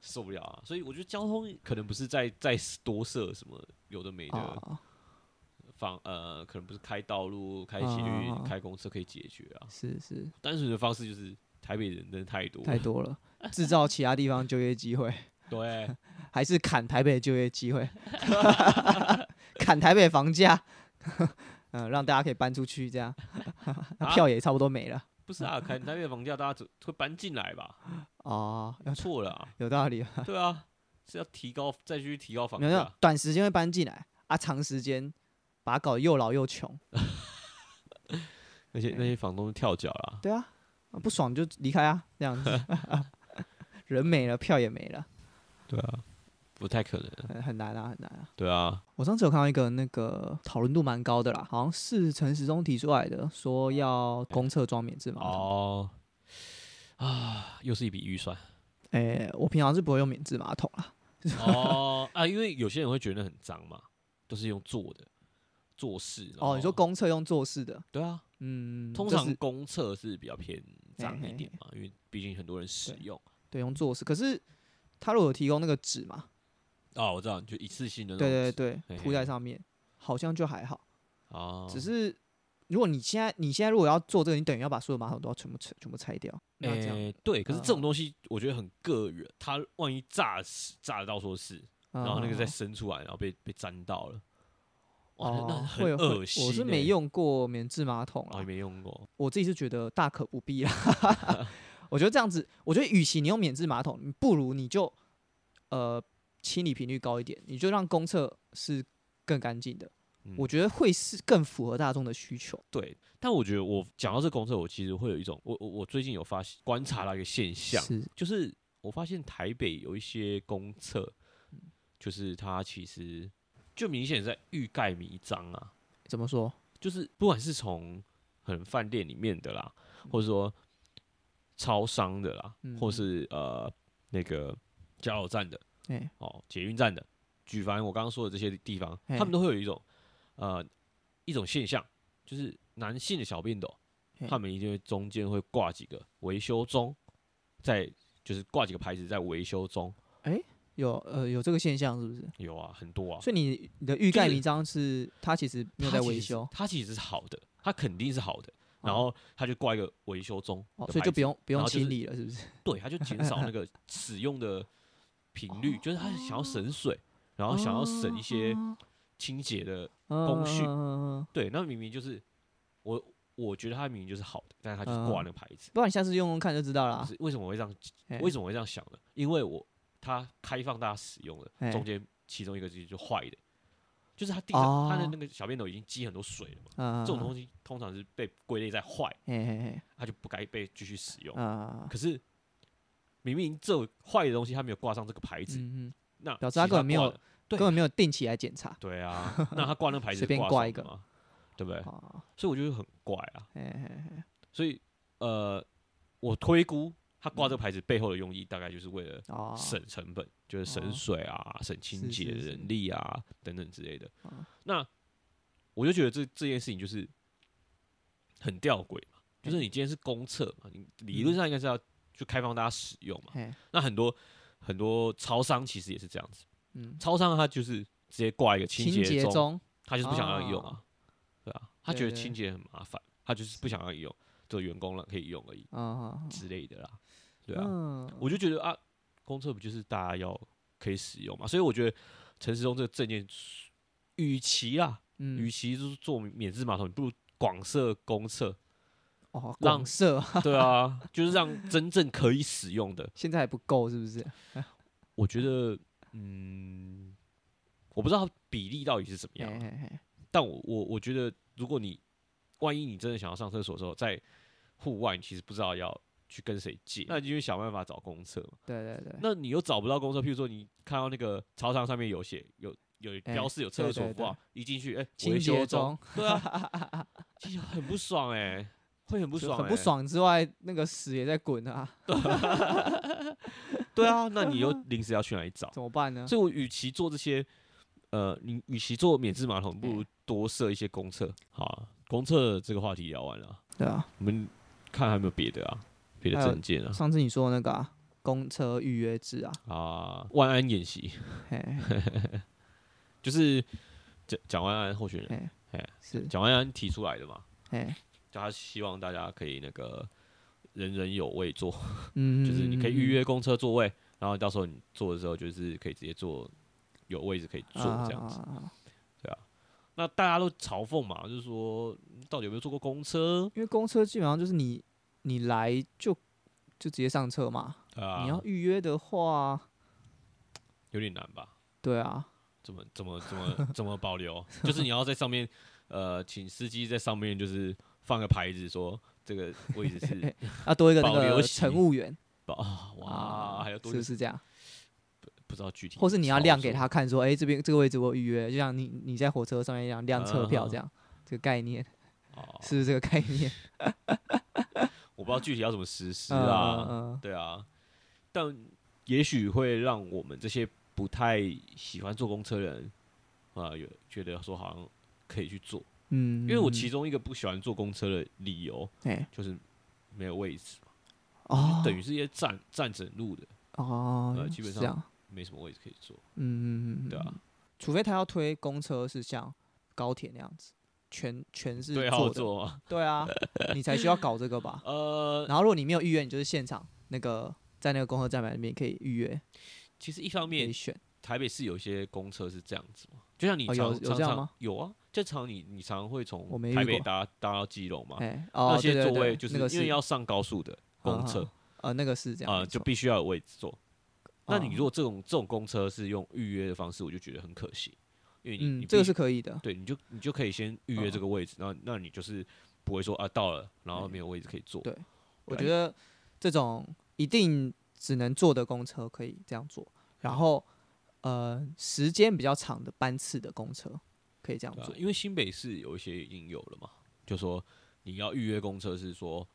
A: 受不了啊！所以我觉得交通可能不是在在多设什么有的没的
B: 哦
A: 方、呃，可能不是开道路、开捷运、
B: 啊啊啊
A: 开公车可以解决啊。
B: 是是
A: 单纯的方式就是台北人真的太多了，
B: 太多
A: *laughs*
B: 了，制造其他地方就业机会。
A: 对，
B: 还是砍台北的就业机
A: *laughs*
B: 会，砍台北的房价，嗯，让大家可以搬出去，这样
A: *laughs*
B: 那
A: 啊
B: 票也差不多没了。
A: 不是啊，看台北的房价大家只会搬进来吧？
B: 哦，
A: 错了啊，
B: 有道理啊，
A: 对啊，是要提高再继续提高房
B: 没有没有
A: 价，
B: 短时间会搬进来啊，长时间把它搞得又老又穷，
A: 那些那些房东跳脚啦，
B: 对啊，啊不爽就离开啊，这样
A: *laughs*
B: 子，人没了，票也没了，
A: 对啊，不太可能，
B: 很很难啊，很难啊。
A: 对啊，
B: 我上次有看到一个那个讨论度蛮高的啦，好像是陈时中提出来的，说要公厕装免治马桶。
A: 哦啊，又是一笔预算。
B: 诶、我平常是不会用免治马桶啦。
A: 哦啊，因为有些人会觉得很脏嘛，都是用坐的做事。然
B: 哦，你说
A: 后
B: 公厕用坐式的，
A: 对啊，
B: 嗯，
A: 通
B: 这
A: 常
B: 是
A: 公厕是比较偏脏
B: 嘿
A: 一
B: 嘿
A: 点嘛，因为毕竟很多人使
B: 对
A: 用。
B: 对用坐式，可是他如果有提供那个纸嘛，
A: 哦，我知道，就一次性的那
B: 对对
A: 种
B: 对
A: 嘿，嘿
B: 铺在
A: 嘿
B: 上面，好像就还好。
A: 哦，
B: 只是如果你现在你现在如果要做这个，你等于要把所有马桶都要全部拆全部拆掉，那这样，
A: 诶对，可是这
B: 嗯
A: 种东西我觉得很个人，他万一炸死炸得到说是，然后那个再
B: 嗯
A: 伸出来，然后被被沾到了，哇，那那
B: 哦，会
A: 很
B: 有会
A: 恶心欸。
B: 我是没用啊过免治马桶
A: 哦，
B: 啦
A: 你，没用过
B: 我自己是觉得大可不必啦。我觉得这样子，我觉得与其你用免治马桶，你不如你就呃清理频率高一点，你就让公厕是更干净的。
A: 嗯
B: 我觉得会是更符合大众的需求。
A: 对，但我觉得我讲到这公厕，我其实会有一种，我我我最近有发现观察到一个现象，
B: 是
A: 就是我发现台北有一些公厕，就是它其实就明显在欲盖弥彰啊，
B: 怎么说？
A: 就是不管是从很饭店里面的啦，或者说超商的啦，或
B: 嗯
A: 是呃那个加油站的
B: 哎、
A: 哦，捷运站的，举凡我刚刚说的这些地方，他
B: 嘿
A: 们都会有一种呃一种现象，就是男性的小便斗，
B: 嘿
A: 他们一定会中间会挂几个维修中，在就是挂几个牌子在维修中，
B: 有呃有这个现象是不是？
A: 有啊，很多啊。
B: 所以你你的欲盖
A: 就是
B: 弥彰是它其实没有在维修，
A: 它其实是好的，它肯定是好的，
B: 哦
A: 然后它就挂一个维修中
B: 哦
A: 的牌子，
B: 所以就不用不
A: 然
B: 用
A: 后就是
B: 清理了，是不是？
A: 对，它就减少那
B: *laughs*
A: 个使用的频率，就是它想要省水，然后想要省一些
B: 哦
A: 清洁的工序
B: 嗯嗯
A: 对，那明明就是我，我觉得它明明就是好的，但是它就是挂
B: 嗯
A: 那个牌子。
B: 不然你下次用用看就知道
A: 就
B: 啦。
A: 是为什么我会这样？
B: 嘿
A: 为什么我会这样想呢？因为我它开放大家使用了，
B: 哎
A: 中间其中一个就就坏的，就是它地上它的那个小便斗已经积很多水了嘛。
B: 哦
A: 这
B: 嗯
A: 种
B: 西，
A: 东西通常是被归类在坏，
B: 嘿嘿嘿，
A: 它就不该被继续使用。
B: 啊，
A: 可是明明这种坏的东西它没有挂上这个牌子，
B: 嗯嗯，
A: 那
B: 表示
A: 其
B: 它
A: 实
B: 根本没
A: 挂
B: 有
A: 了对
B: 根本没有定期来检查。
A: 对啊，那他挂那个牌子
B: 随便
A: 挂
B: 挂
A: 什
B: 一
A: 么
B: 个
A: 嘛，对不对？
B: 哦，
A: 所以我觉得很怪啊。
B: 嘿嘿嘿，
A: 所以呃，我推估他挂这个牌子背后的用意，大概就是为了
B: 嗯哦，
A: 省成本，就是
B: 哦
A: 省水啊、省清
B: 是
A: 洁
B: 是是
A: 人力啊等等之类的
B: 哦。
A: 那我就觉得这这件事情就是很吊诡嘛，就是你今天是公厕嘛，你理
B: 嗯
A: 论上应该是要就开放大家使用嘛。
B: 嘿，
A: 那很多很多超商其实也是这样子，
B: 嗯，
A: 超商它就是直接挂一个清
B: 清洁
A: 洁中。
B: 中，
A: 他就是不想要
B: 哦
A: 用啊，对啊，他
B: 对
A: 觉得
B: 对
A: 清洁很麻烦，他就是不想要用，的员工了可以用而已
B: 啊，
A: 之类的啦。对啊，
B: 嗯，
A: 我就觉得啊，公厕不就是大家要可以使用嘛？所以我觉得陈时中这个证件，与其啊，与
B: 嗯，
A: 其就是做免治马桶，你不如广设公
B: *laughs*
A: 厕。
B: 哦，
A: 让
B: 广设
A: 对啊，就是让真正可以使用的。
B: 现在还不够是不是？
A: 我觉得，嗯，我不知道它比例到底是怎么样啊
B: 嘿，嘿嘿
A: 但我我我觉得，如果你万一你真的想要上厕所的时候，在户外，你其实不知道要去跟谁借，那你就想办法找公厕嘛。
B: 对对对，
A: 那你又找不到公厕，譬如说你看到那个操场上面有写有有
B: 哎
A: 标示有厕所
B: 对对
A: 符号，一进去哎，
B: 清
A: 维修中
B: 洁中，
A: 对啊，
B: *laughs*
A: 其实很不爽哎、会很不
B: 就
A: 爽、哎欸
B: 很不。爽之外，那个屎也在滚啊，
A: 对啊，那你又临时要去哪里
B: *laughs*
A: 找？
B: 怎么办呢？
A: 所以我与其做这些，呃，你与其做免治马桶，不
B: 哎
A: 如多设一些公厕。好啊、公厕这个话题聊完了。
B: 对啊，
A: 我们看还有没有别的啊，别的
B: 还有
A: 证件啊
B: 上次你说的那个啊，公车预约制啊，
A: 啊，万安演习 *laughs*
B: 嘿，嘿
A: 就是蒋蒋万安候选人，
B: 嘿
A: 哎
B: 是，
A: 蒋万安提出来的嘛，
B: 嘿，
A: 就他希望大家可以那个人人有位坐，
B: 嗯，
A: 就是你可以预
B: 嗯
A: 约公车座位，然后到时候你坐的时候就是可以直接坐，有位置可以坐这样子。，
B: 嗯嗯啊啊啊啊
A: 那大家都嘲讽嘛，就是说到底有没有坐过公车
B: 因为公车基本上就是你你来就就直接上车嘛，
A: 啊
B: 你？要预约的话，
A: 有点难吧？
B: 对啊，
A: 怎么怎么怎么怎么保留？就是你要在上面，呃，请司机在上面就是放个牌子说这个位置是
B: 要多一个那
A: 保留
B: 个
A: 席
B: 乘务员
A: 保啊
B: 啊
A: 哇，还有多
B: 是
A: 一
B: 不
A: 个
B: 是这样？
A: 不知道具体操作，
B: 或是你要亮给他看，说，哎、这边这个位置我预约，就像你你在火车上面一样亮车
A: *laughs*
B: 票这样，这个概念
A: 嗯哦，
B: 是不是这个概念？
A: 我不知道具体要怎么实施
B: 嗯
A: 啊，
B: 嗯
A: 对啊，但也许会让我们这些不太喜欢坐公车的人啊、有觉得说好像可以去坐，
B: 嗯，
A: 因为我其中一个不喜欢坐公车的理由
B: 哎
A: 就是没有位置，
B: 哦
A: 等于是一些站站整路的，
B: 哦、
A: 呃基本
B: 是
A: 上
B: 这样，
A: 没什么位置可以坐，
B: 嗯嗯嗯，
A: 对啊。
B: 除非他要推公车是像高铁那样子，全全是
A: 对，好
B: 坐
A: 好
B: 的，
A: 做啊。
B: 对啊，你才需要搞这个
A: *laughs*
B: 吧？
A: 呃，
B: 然后如果你没有预约，你就是现场那个在那个公车站牌那边可以预约，
A: 其实一方
B: 可以
A: 面，
B: 选。
A: 台北市有一些公车是这样子嘛，就像你
B: 哦
A: 常
B: 有有
A: 常
B: 这样
A: 常
B: 吗
A: 有啊，就常你你常会
B: 我
A: 从
B: 没遇
A: 台北
B: 过
A: 搭搭到基隆嘛，
B: 哎，
A: 那
B: 哦，对
A: 些
B: 对
A: 座
B: 对
A: 位就是
B: 那个
A: 因为要上高速的公车
B: 啊，呃，那个是这样
A: 啊，
B: 没
A: 就
B: 错
A: 必须要有位置坐。那你
B: 哦
A: 如果这种这种公车是用预约的方式，我就觉得很可惜，因为你
B: 嗯
A: 你，
B: 这个
A: 必须
B: 是可以的，
A: 对，你就你就可以先预约这个位置，那那你就是不会说啊到了，然后没有位置可以坐。
B: 对我觉得这种一定只能坐的公车可以这样做，然后呃，时间比较长的班次的公车可以这样
A: 对啊
B: 做，
A: 因为新北市有一些已经有了嘛，就说你要预约公车是说，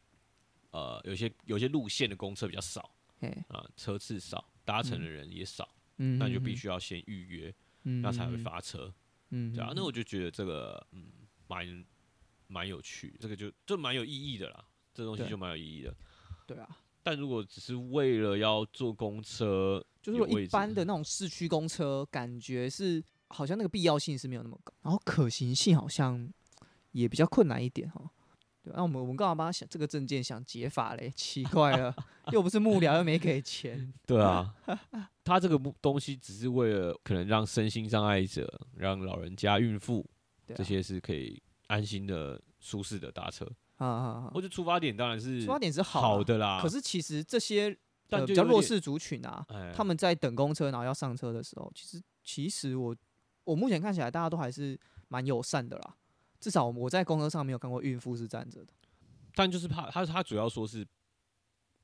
A: 呃，有些有些路线的公车比较少
B: 哎，
A: 啊、车次少，搭乘的人也少，
B: 嗯，
A: 那你就必
B: 嗯，
A: 须要先预约，
B: 嗯
A: 那才会，发车，
B: 嗯，嗯
A: 对啊
B: 嗯，
A: 那我就觉得这个嗯，蛮蛮有趣，这个就就蛮有意义的啦，这东西
B: 对
A: 就蛮有意义的。
B: 对啊，
A: 但如果只是为了要坐公车，
B: 就是
A: 有
B: 说一
A: 位置
B: 般的那种市区公车，感觉是好像那个必要性是没有那么高，然后可行性好像也比较困难一点哈。对，那、我们我们干嘛帮他想这个证件想解法嘞？ *laughs* 奇怪了，又不是幕僚，又没给钱。
A: 对啊， *laughs* 他这个不东西只是为了可能让身心障碍者、让老人家、孕妇
B: 对啊
A: 这些是可以安心的、舒适的搭车。
B: 啊啊啊！
A: 我觉得出发点当然是
B: 出发点是好
A: 好
B: 啦，
A: 的啦，
B: 可是其实这些
A: *laughs* 但
B: 呃
A: 就
B: 比较
A: 有
B: 弱
A: 点，
B: 势族群啊，
A: 哎
B: 他们在等公车然后要上车的时候，其实其实我我目前看起来大家都还是蛮友善的啦。至少我在公车上没有看过孕妇是站着的。
A: 但就是怕他他主要说是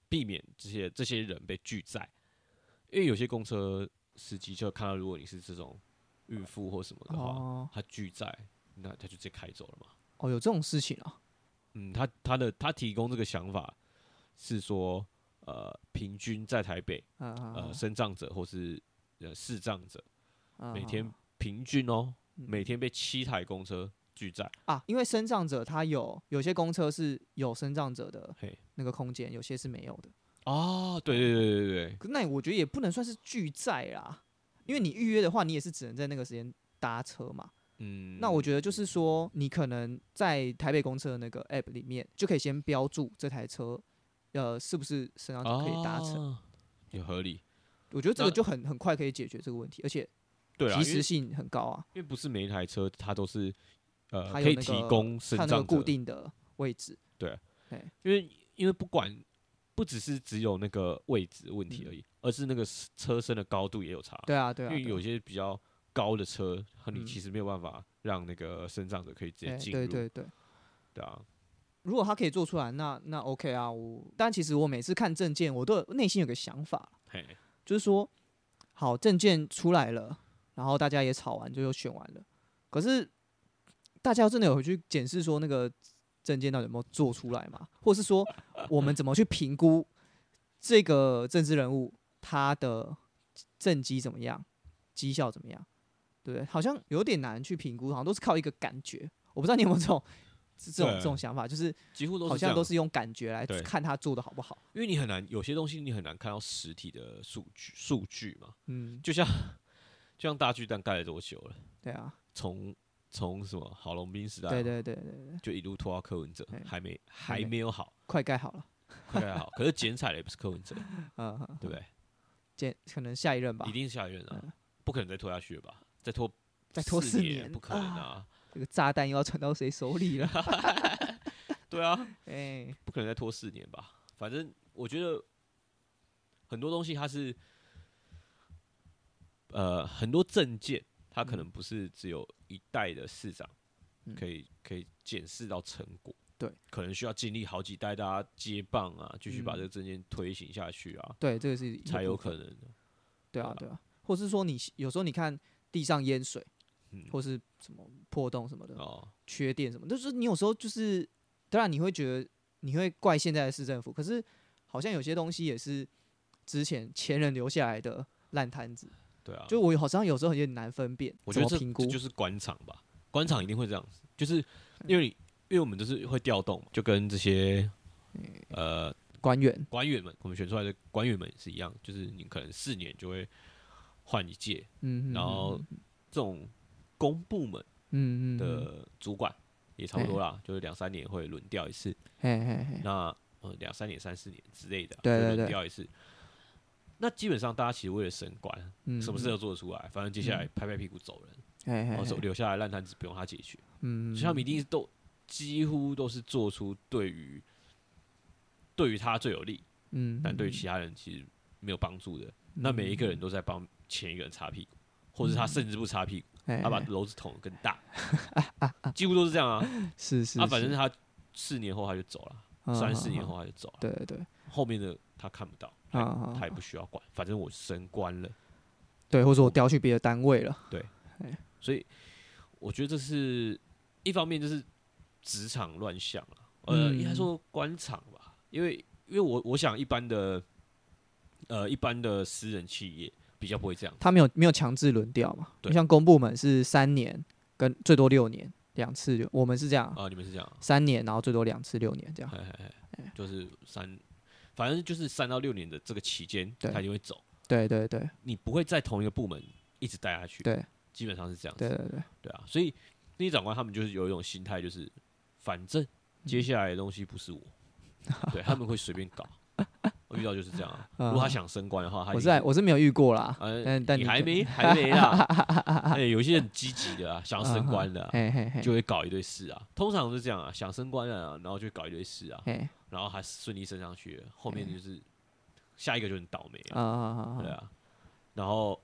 A: 避免这些这些人被拒载，因为有些公车司机就看到如果你是这种孕妇或什么的话，
B: 哦
A: 他拒载，那他就直接开走了嘛。
B: 哦，有这种事情啊？
A: 嗯，他他的他提供这个想法是说，呃，平均在台北，
B: 啊啊
A: 呃，身障者或是呃视障者，
B: 啊
A: 每
B: 啊
A: 天
B: 啊
A: 平均哦，
B: 嗯
A: 每天被七台公车拒载，
B: 啊，因为身障者他有有些公车是有身障者的
A: 嘿，
B: 那个空间，有些是没有的。
A: 哦，对对对对对，
B: 可那我觉得也不能算是拒载啦，因为你预约的话，你也是只能在那个时间搭车嘛。
A: 嗯，
B: 那我觉得就是说，你可能在台北公车的那个 app 里面，就可以先标注这台车，呃，是不是身上可以搭乘。
A: 哦也合理。
B: 我觉得这个
A: 那
B: 就很很快可以解决这个问题，而且
A: 对啊，
B: 及
A: 因为
B: 时性很高啊，
A: 因为不是每一台车它都是呃
B: 它有
A: 可以
B: 那
A: 提
B: 个
A: 供
B: 它
A: 身
B: 有那个
A: 障
B: 固
A: 者，
B: 定的位置。
A: 因为因为不管不只是只有那个位置问题
B: 嗯
A: 而已，而是那个 s- 车身的高度也有差。
B: 对啊，对
A: 因
B: 啊，
A: 为
B: 对啊
A: 有些比较高的车，你
B: 嗯
A: 其实没有办法让那个身障者可以直接
B: 哎
A: 进入，
B: 对对对。
A: 对啊，
B: 如果他可以做出来，那那 OK 啊。我但其实我每次看证件，我都有内心有个想法，
A: 嘿，
B: 就是说，好证件出来了，然后大家也吵完，就又选完了。可是大家真的有去检视说那个证件到底有没有做出来嘛？或是说我们怎么去评估这个政治人物他的政绩怎么样，绩效怎么样？对不对？好像有点难去评估，好像都是靠一个感觉。我不知道你有没有这种这这种
A: 对
B: 这种想法，就是
A: 几乎都
B: 好
A: 这
B: 像
A: 样
B: 都，是用感觉来
A: 对
B: 看他做的好不好。
A: 因为你很难有些东西你很难看到实体的数据数巨嘛，
B: 嗯，
A: 就像就像大巨蛋盖了多久了？
B: 对啊，
A: 从从什么郝龙斌时代
B: 对
A: 嘛
B: 对对对，对
A: 就一路拖到柯文哲
B: 对，
A: 还没
B: 还
A: 还
B: 没
A: 没有好，
B: 快盖好了，
A: 快点好。可是剪彩的也不是柯文哲，
B: 嗯，嗯
A: 对不对？
B: 见可能下一任 *laughs* 吧
A: 一，定是下一任
B: 嗯
A: 啊，不可能再拖下去了吧？再拖
B: 再拖
A: 四
B: 年，
A: 不可能
B: 啊
A: 啊！
B: 这个炸弹又要传到谁手里了？
A: 对啊，
B: 哎，
A: 不可能再拖四年吧？反正我觉得很多东西它是，呃，很多证件它可能不是只有一代的市长
B: 嗯
A: 可以可以检视到成果，
B: 对，
A: 可能需要经历好几代大家接棒啊，继续把
B: 嗯
A: 这个证件推行下去啊，
B: 对，这个是一个
A: 才有
B: 部分
A: 可能的。
B: 对啊
A: 啊
B: 对啊，或是说你有时候你看地上淹水，
A: 嗯，
B: 或是什么破洞什么的，
A: 哦，
B: 缺电什么，就是你有时候就是，当然你会觉得你会怪现在的市政府，可是好像有些东西也是之前前人留下来的烂摊子。
A: 对啊，
B: 就我好像有时候有点难分辨，
A: 我
B: 怎
A: 觉得
B: 么
A: 这
B: 评估
A: 这就是官场吧，官场一定会这样子，就是
B: 嗯
A: 因为你因为我们就是会调动嘛，就跟这些
B: 嗯
A: 呃
B: 官员，
A: 官员们，我们选出来的官员们也是一样，就是你可能四年就会换一届，
B: 嗯，
A: 然后这种公部门
B: 嗯嗯嗯
A: 的主管也差不多啦，就是两三年会轮调一次，
B: 嘿嘿嘿，
A: 那呃两三年、三四年之类的，
B: 对对
A: 就
B: 对
A: 轮调一次。那基本上大家其实为了升官，
B: 嗯，
A: 什么事都做得出来，反正接下来拍拍屁股走人，
B: 嘿嘿
A: 然后手
B: 嘿，
A: 留下来烂摊子不用他解决。
B: 嗯，
A: 所以他们一定都几乎都是做出对于对于他最有利，
B: 嗯，嗯，
A: 但对
B: 嗯
A: 其他人其实没有帮助的。那每一个人，都在帮前一个人擦屁股，或者他甚至不擦屁股，
B: 嗯
A: 他把
B: 嘿嘿
A: 篓子捅得更
B: *laughs*
A: 大，几乎都是这样啊。
B: 是是，
A: 啊，反正
B: 是
A: 他四年后他就走了，
B: 嗯
A: 三
B: 嗯
A: 四
B: 嗯
A: 年
B: 嗯
A: 后啊他就走了，
B: 对对对，
A: 后面的他看不到，
B: 啊
A: 他
B: 啊，
A: 他也
B: 啊
A: 不需要管，反正我升官了。
B: 对，或者我调去别的单位了，
A: 所以我觉得这是一方面就是职场乱象啊，呃，
B: 嗯
A: 应该说官场吧，因为因为我我想一般的呃一般的私人企业比较不会这样，
B: 他没有没有强制轮调嘛，
A: 对
B: 像公部门是三年跟最多六年两次轮，我们是这样，
A: 啊、你们是这样啊、
B: 三年然后最多两次六年这样，
A: 嘿嘿嘿，就是三，反正就是三到六年的这个期间，
B: 对
A: 他就会走，
B: 对对对
A: 你不会在同一个部门一直待下去，
B: 对
A: 基本上是这样子，
B: 对对对，
A: 对啊，所以那些长官他们就是有一种心态，就是反
B: 嗯
A: 正接下来的东西不
B: *laughs*
A: 是我，对他们会随便搞。我遇到就是这样、
B: *laughs*
A: 啊，如果他想升官的话，他一
B: 嗯我
A: 定
B: 是还我是没有遇过啦，
A: 呃，
B: 但但
A: 你
B: 你
A: 还
B: 可 *laughs*
A: 没还没啦，哎，有一些很积极的啊，想要升官的啊、
B: 嗯嘿嘿嘿，
A: 就会搞一堆事啊，通常是这样啊，想升官的啊，然后就搞一堆事啊，
B: 嘿
A: 然后还顺利升上去了，后
B: 嗯
A: 面就是下一个就很倒霉
B: 啊
A: 啊，
B: 啊啊
A: 对
B: 啊，
A: 啊，然后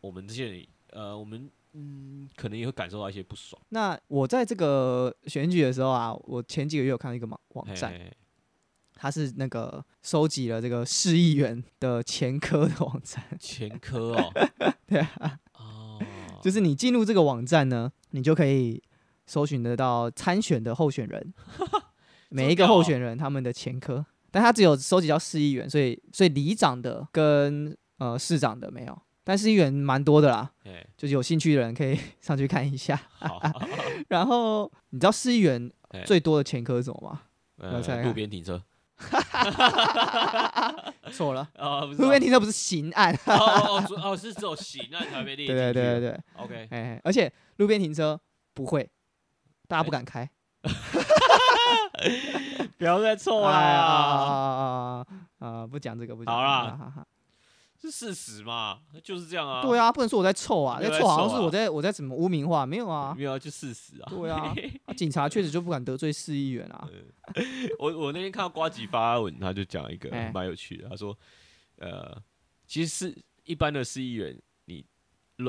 A: 我们这些人，呃，我们嗯，可能也会感受到一些不爽。
B: 那我在这个选举的时候啊，我前几个月有看到一个网网
A: 嘿
B: 站，
A: 嘿
B: 它是那个收集了这个市议员的前科的网站，
A: 前科哦，
B: *laughs* 对啊，
A: 哦，
B: 就是你进入这个网站呢，你就可以搜寻得到参选的候选
A: *laughs*
B: 人，每一个
A: 哦
B: 候选人他们的前科，但他只有收集到市议员，所以所以里长的跟呃市长的没有，但市议员蛮多的啦，
A: 哎，
B: 就是有兴趣的人可以 *laughs* 上去看一下。
A: 好，
B: *laughs* 然后你知道市议员
A: 哎
B: 最多的前科是什么吗？
A: 呃
B: 我猜啊看
A: 路边停车
B: *laughs* 错了。
A: 啊，不是
B: 路边
A: 停
B: 停车不是刑案， *laughs*
A: 哦哦哦，哦是走行啊才被列
B: 对对对对对，
A: ，OK，
B: 哎，而且路边停车不会，大家不敢开。
A: 不要再凑
B: 哎啊
A: 啦，
B: 啊啊啊！不讲这个，不讲。
A: 好啦
B: 哈哈哈
A: 是事实嘛，就是这样啊。
B: 对啊，不能说我在臭啊，
A: 没
B: 在
A: 有在
B: 臭好
A: 臭
B: 像是
A: 啊
B: 我在我在怎么污名化，没有啊。
A: 没有啊，就事实啊。
B: 对啊，啊警察确实就不敢得罪市议员啊。
A: 我我那天看到瓜吉发文，他就讲一个
B: 哎
A: 蛮有趣的，他说，呃，其实是一般的市议员，你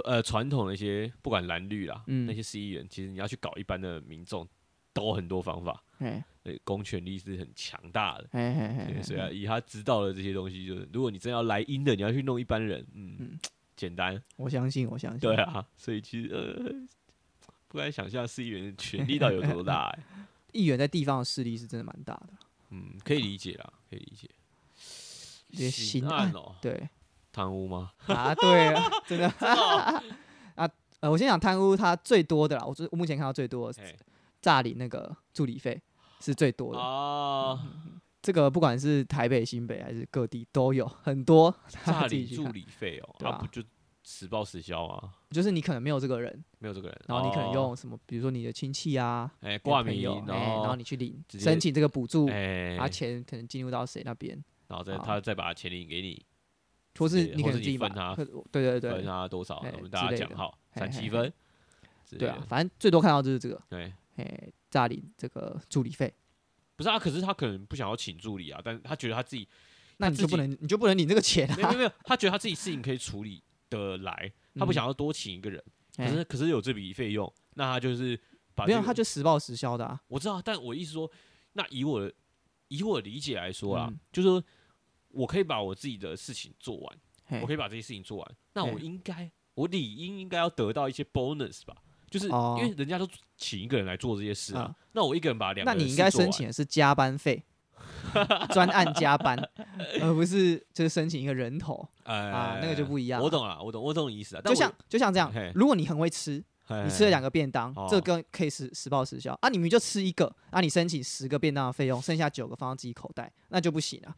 A: 呃传统的一些不管蓝绿啦，
B: 嗯
A: 那些市议员，其实你要去搞一般的民众，都有很多方法，
B: 哎
A: 对，公权力是很强大的。
B: 哎
A: 对，
B: 哎
A: 所以啊以他知道的这些东西，就是如果你真要来阴的，你要去弄一般人，嗯，
B: 嗯
A: 简单，
B: 我相信，我相信。
A: 对啊，所以其实呃，不敢想象市议员的权力到底有多大、
B: *laughs*
A: 欸，
B: 议员在地方的势力是真的蛮大的。
A: 嗯，可以理解啦，可以理解。
B: 这些刑
A: 案
B: 案
A: 哦、
B: 对
A: 贪污吗？
B: *laughs* 啊，对了，真的啊。呃，我先讲贪污，它最多的啦，我最我目前看到最多的是
A: 哎
B: 诈领那个助理费是最多的。嗯
A: 啊，
B: 这个不管是台北、新北还是各地都有很多
A: 诈
B: 大家自己
A: 领
B: 去
A: 助
B: 看
A: 理费哦、
B: 对
A: 那
B: 啊
A: 不就实报实销吗？
B: 就是你可能没有这个人，
A: 没有这个人，
B: 然后你可能
A: 哦
B: 用什么，比如说你的亲戚啊、
A: 哎
B: 你的
A: 挂
B: 朋
A: 名，
B: 友哎，然后
A: 后
B: 你去领
A: 直接
B: 申请这个补助，
A: 哎，
B: 把钱可能进入到谁那边，
A: 然后再
B: 啊
A: 他再把钱领给你，
B: 或
A: 之类
B: 是
A: 的
B: 你
A: 或
B: 可
A: 是
B: 能自
A: 你
B: 己买
A: 分他
B: 可对对
A: 分
B: 对
A: 他多少？
B: 哎
A: 我们大
B: 之
A: 家
B: 类的
A: 讲好，
B: 嘿
A: 三
B: 嘿
A: 七
B: 嘿
A: 分之
B: 对
A: 类
B: 啊
A: 的，，
B: 反正最多看到就是这个，
A: 对。
B: 哎，诈领这个助理费，
A: 不是啊，可是他可能不想要请助理啊，但是他觉得他自己
B: 那你
A: 自
B: 就不
A: 己
B: 能你就不能领这个钱
A: 没有
B: 啊
A: 没，有没有，他觉得他自己事情可以处理得来，他不
B: 嗯
A: 想要多请一个人，可
B: 哎
A: 是可是有这笔费用，那他就是把
B: 没
A: 这
B: 有
A: 个
B: 他就实报实销的啊，
A: 我知道，但我意思说，那以我的以我的理解来说啦，
B: 嗯
A: 就是说我可以把我自己的事情做完，
B: 嘿
A: 我可以把这些事情做完，那
B: 嘿
A: 我应该我理应应该要得到一些 bonus 吧。就是因
B: 哦
A: 为人家都请一个人来做这些事啊，
B: 啊
A: 那我一个人把两个
B: 那
A: 人
B: 你
A: 事
B: 应该
A: 做完
B: 申请的是加班费，专案
A: *laughs*
B: 加班，而不是就是申请一个人头
A: 哎
B: 啊，那个就不一样。
A: 我，懂了，我懂，我懂你意思了。啊但
B: 就
A: 我哎
B: 像就像这样
A: 嘿，
B: 如果你很会吃，
A: 嘿
B: 你吃了两个便当
A: 哦，
B: 这个可以实实报实销啊。你明明就吃一个，啊，你申请十个便当的费用，剩下九个放到自己口袋，那就不行啊，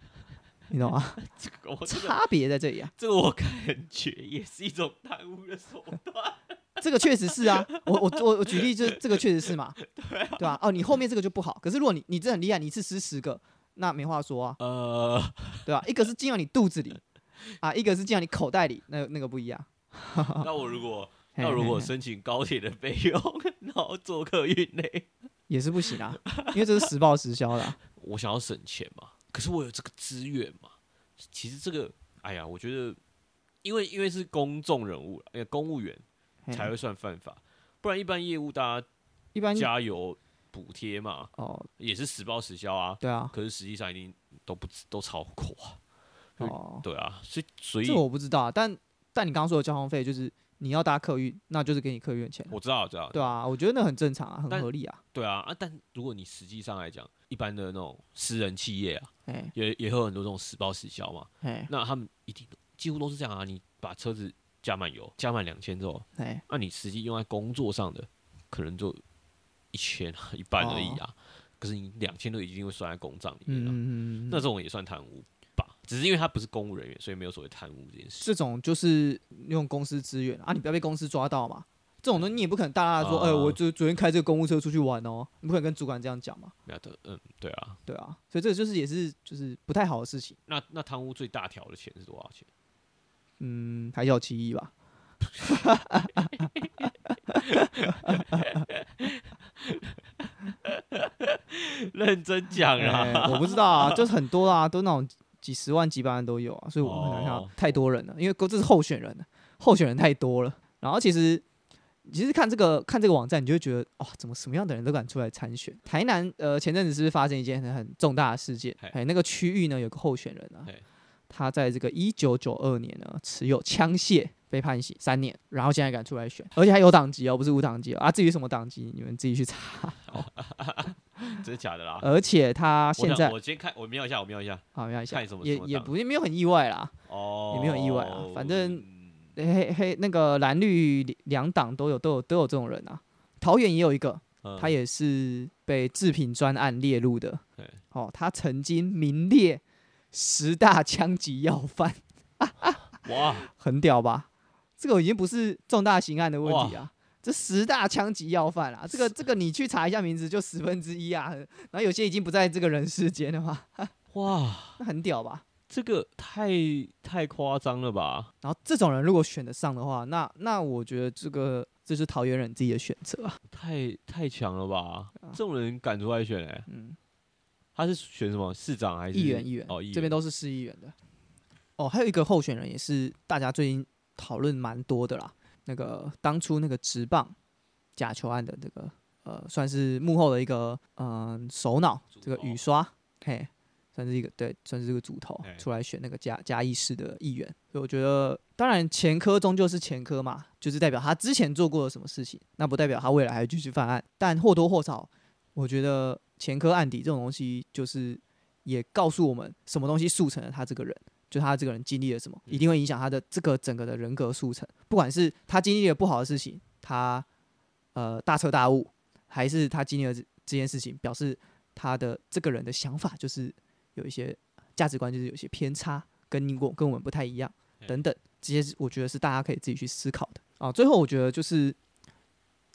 B: 你懂吗？
A: 这个 *laughs* 我这个
B: 差别在这里啊，
A: 这个我感觉也是一种贪污的手
B: *laughs*
A: 段。
B: 这个确实是啊，我我我我举例就是这个确实
A: *laughs*
B: 是嘛，
A: 啊
B: 对吧？哦，你后面这个就不好，可是如果你你真的很厉害，你一次吃十个，那没话说啊。
A: 呃，
B: 对吧、一个是进到你肚子里啊，一个是进到你口袋里，那那个不一样。
A: 那我如果
B: 嘿
A: 那如果
B: 嘿嘿
A: 申请高铁的费用， *laughs* 然后做客运呢？
B: 也是不行啊，因为这是实报实销
A: *laughs*
B: 的啊、
A: 我想要省钱嘛，可是我有这个资源嘛。其实这个，哎呀，我觉得，因为因为是公众人物啦，呃，公务员
B: 嘿
A: 才会算犯法，不然一般业务大家
B: 一般
A: 加油补贴嘛，
B: 哦，
A: 也是实报实销啊。
B: 对啊，
A: 可是实际上一定都不止都超过啊，就
B: 哦，
A: 对啊，所以所以
B: 这我不知道啊，但但你刚刚说的交通费就是你要搭客运，那就是给你客运的钱啊，
A: 我知道，我知道，
B: 对啊，我觉得那很正常啊，
A: 但
B: 很合理啊，
A: 对啊啊！但如果你实际上来讲，一般的那种私人企业啊，
B: 哎
A: 也也会有很多这种实报实销嘛，
B: 哎
A: 那他们一定都几乎都是这样啊，你把车子加满油，加满两千之后，
B: 哎，
A: 那、你实际用在工作上的，可能就一千啊，一半而已啊。可是你两千都已经会算在公账里面
B: 哦嗯
A: 了，
B: 嗯嗯，
A: 啊那这种也算贪污吧？只是因为他不是公务人员，所以没有所谓贪污这件事。
B: 这种就是用公司资源啊，你不要被公司抓到嘛。这种东西你也不可能大大的说，
A: 啊
B: 哎、我昨昨天开这个公务车出去玩哦，你不可能跟主管这样讲嘛，
A: 没有的，嗯，对啊。
B: 对啊，所以这个就是也是就是不太好的事情。
A: 那那贪污最大条的钱是多少钱？ *laughs*
B: 嗯，还小其一吧。
A: 认真讲啊！
B: 哎我不知道啊， *laughs* 就是很多啊，都那种几十万、几百万都有啊，所以我很难看到
A: 哦
B: 太多人了，因为这是候选人，候选人太多了。然后其实其实看这个看这个网站，你就会觉得哇、怎么什么样的人都敢出来参选？台南呃前阵子是不是发生一件很很重大的事件
A: 嘿？
B: 哎，那个区域呢有个候选人啊
A: 嘿，
B: 他在这个一九九二年呢持有枪械。被判刑三年，然后现在敢出来选，而且还有党籍哦，不是无党籍哦啊！至于什么党籍，你们自己去查。
A: *laughs* 真的假的啦？
B: 而且他
A: 我
B: 呃现
A: 想
B: 在
A: 我先看，我瞄一下，我瞄一下。
B: 好，没关系啊
A: 看你怎，么
B: 也
A: 怎么
B: 也
A: 挡
B: 不也没有很意外啦。
A: 哦，
B: 也没有意外啊反正
A: 嗯
B: 黑黑那个蓝绿两党都有都有都有这种人啊。桃园也有一个，
A: 嗯
B: 他也是被制品专案列入的
A: 对。
B: 哦，他曾经名列十大枪击要犯， *laughs*
A: 哇，
B: 很屌吧？这个已经不是重大刑案的问题啊，这十大枪击要犯啊，这个这个你去查一下名字就十分之一啊，然后有些已经不在这个人世间了嘛，
A: 哇，
B: 那很屌吧？
A: 这个太太夸张了吧？
B: 然后这种人如果选得上的话，那那我觉得这个这是桃园人自己的选择啊，
A: 太太强了吧？
B: 啊
A: 这种人敢出来选哎、
B: 嗯，
A: 他是选什么市长还是
B: 议员议员
A: 哦，议员
B: 这边都是市议员的。哦，还有一个候选人也是大家最近讨论蛮多的啦，那个当初那个直棒假球案的这个呃，算是幕后的一个嗯、呃首脑，这个
A: 主
B: 雨
A: 谋
B: 刷，嘿，算是一个对，算是这个主头
A: 哎
B: 出来选那个嘉嘉义市的议员。所以我觉得，当然前科终究是前科嘛，就是代表他之前做过了什么事情，那不代表他未来还继续犯案，但或多或少，我觉得前科案底这种东西，就是也告诉我们什么东西塑成了他这个人。就他这个人经历了什么，一定会影响他的这个整个的人格塑成。不管是他经历了不好的事情，他呃大彻大悟，还是他经历了这这件事情，表示他的这个人的想法就是有一些价值观，就是有一些偏差，跟你我跟我们不太一样
A: 哎
B: 等等，这些是我觉得是大家可以自己去思考的啊。最后，我觉得就是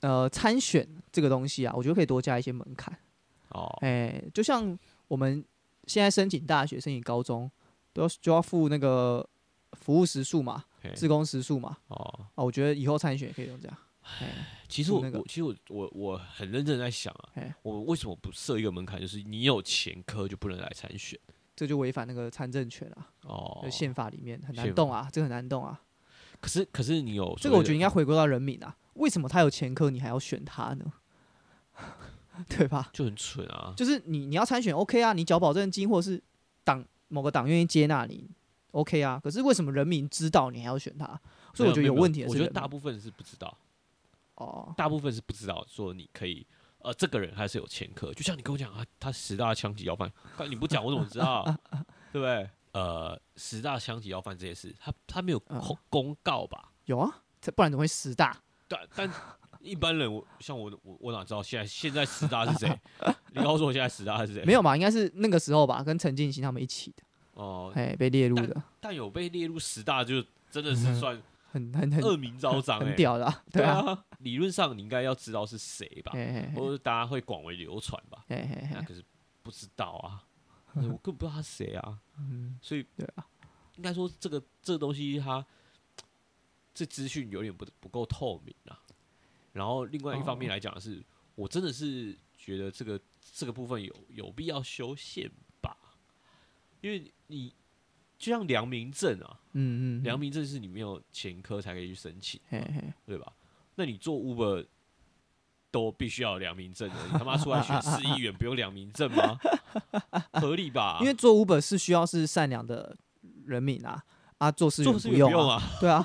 B: 呃参选这个东西啊，我觉得可以多加一些门槛。
A: 哦，
B: 哎、就像我们现在申请大学、申请高中，都要就要付那个服务时数嘛、
A: 嘿
B: 自工时数嘛。
A: 哦，
B: 啊，我觉得以后参选也可以用这样。哎，
A: 其实我、
B: 那个
A: 我其实我我我很认真地在想
B: 哎
A: 啊，我为什么不设一个门槛，就是你有前科就不能来参选
B: 这就违反那个参政权啊，
A: 哦
B: 就。宪法里面很难
A: 宪
B: 动啊，这个很难动啊。
A: 可是可是你有
B: 这个我觉
A: 得
B: 得应该回归到人民啊，为什么他有前科，你还要选他呢？ *laughs* 对吧？
A: 就很蠢啊，
B: 就是你你要参选 OK 啊，你缴保证金或者是党某个党愿意接纳你 OK 啊，可是为什么人民知道你还要选他？所以我觉得
A: 没
B: 有
A: 没
B: 问题的是
A: 我觉
B: 人
A: 得
B: 民
A: 大部分是不知道，
B: 哦，
A: 大部分是不知道说你可以。呃，这个人还是有前科，就像你跟我讲啊，他十大枪击要犯，干你不讲我怎么知
B: *laughs*
A: 道？对不对？呃，十大枪击要犯这件事，他他没有
B: 嗯
A: 公公告吧？
B: 有啊，这不然怎么会十大？
A: 但但一般人我像我我我哪知道现在现在十大是
B: *laughs*
A: 谁？你告诉我现在十大是谁？
B: 没有嘛，应该是那个时候吧，跟陈进兴他们一起的，
A: 哦、
B: 哎、被列入的，
A: 但有被列入十大就真的是算
B: 很 *laughs* 很很
A: 恶名昭彰哎、
B: 很屌的啊、对
A: 对
B: 啊，
A: 啊，理论上你应该要知道是谁吧，
B: 哎
A: 或者大家会广为流传吧？
B: 哎哎
A: 那
B: 哎，
A: 可是不知道
B: *laughs*
A: 啊，我根本不知道他是谁啊，
B: 嗯，
A: 所以
B: 对
A: 啊，应该说这个这个东西它这资讯有点不不够透明啊。然后另外一方面来讲的
B: 哦
A: 是，我真的是觉得这个这个部分有有必要修宪吧，因为你就像良民证啊，
B: 嗯嗯，
A: 良民证是你没有前科才可以去申请，
B: 嘿嘿，
A: 对吧？那你做 Uber 都必须要有良民证的，你他妈出来选市议员不用良民证
B: *laughs*
A: 吗？合理吧？
B: 因为做 Uber 是需要是善良的人民啊，啊，做事
A: 做
B: 员
A: 事
B: 不
A: 也不
B: 用
A: 用
B: 啊，
A: 啊，
B: *laughs* 对
A: *laughs*
B: 啊，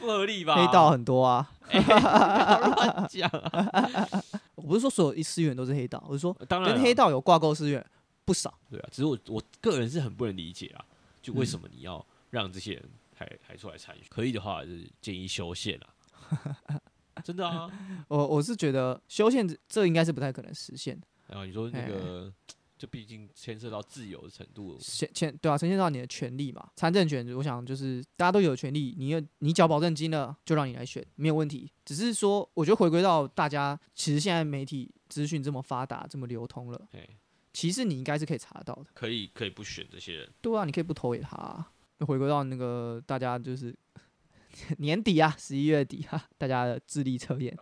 A: 不合理吧？
B: 黑道很多啊，
A: 哎不要 *laughs* 乱讲啊，
B: 我不是说所有私员都是黑道，我是说
A: 当然
B: 跟
A: 啊
B: 黑道有挂钩私员不少，
A: 对啊，只是我我个人是很不能理解啊，就
B: 嗯
A: 为什么你要让这些人还还出来参与？可以的话，就是建议修宪
B: *laughs*
A: 啊，真的啊。
B: 我我是觉得修宪这这应该是不太可能实现的，
A: 然后你说那个，
B: 哎
A: 就毕竟牵涉到自由的程度，
B: 显显对啊，呈现到你的权利嘛，参政权，我想就是大家都有权利，你有你缴保证金了，就让你来选，没有问题。只是说，我觉得回归到大家，其实现在媒体资讯这么发达，这么流通了，
A: 哎，
B: 其实你应该是可以查得到的。
A: 可以可以不选这些人，
B: 对啊，你可以不投给他、啊。那回归到那个大家就是 *laughs* 年底啊，十一月底啊，大家的智力测验，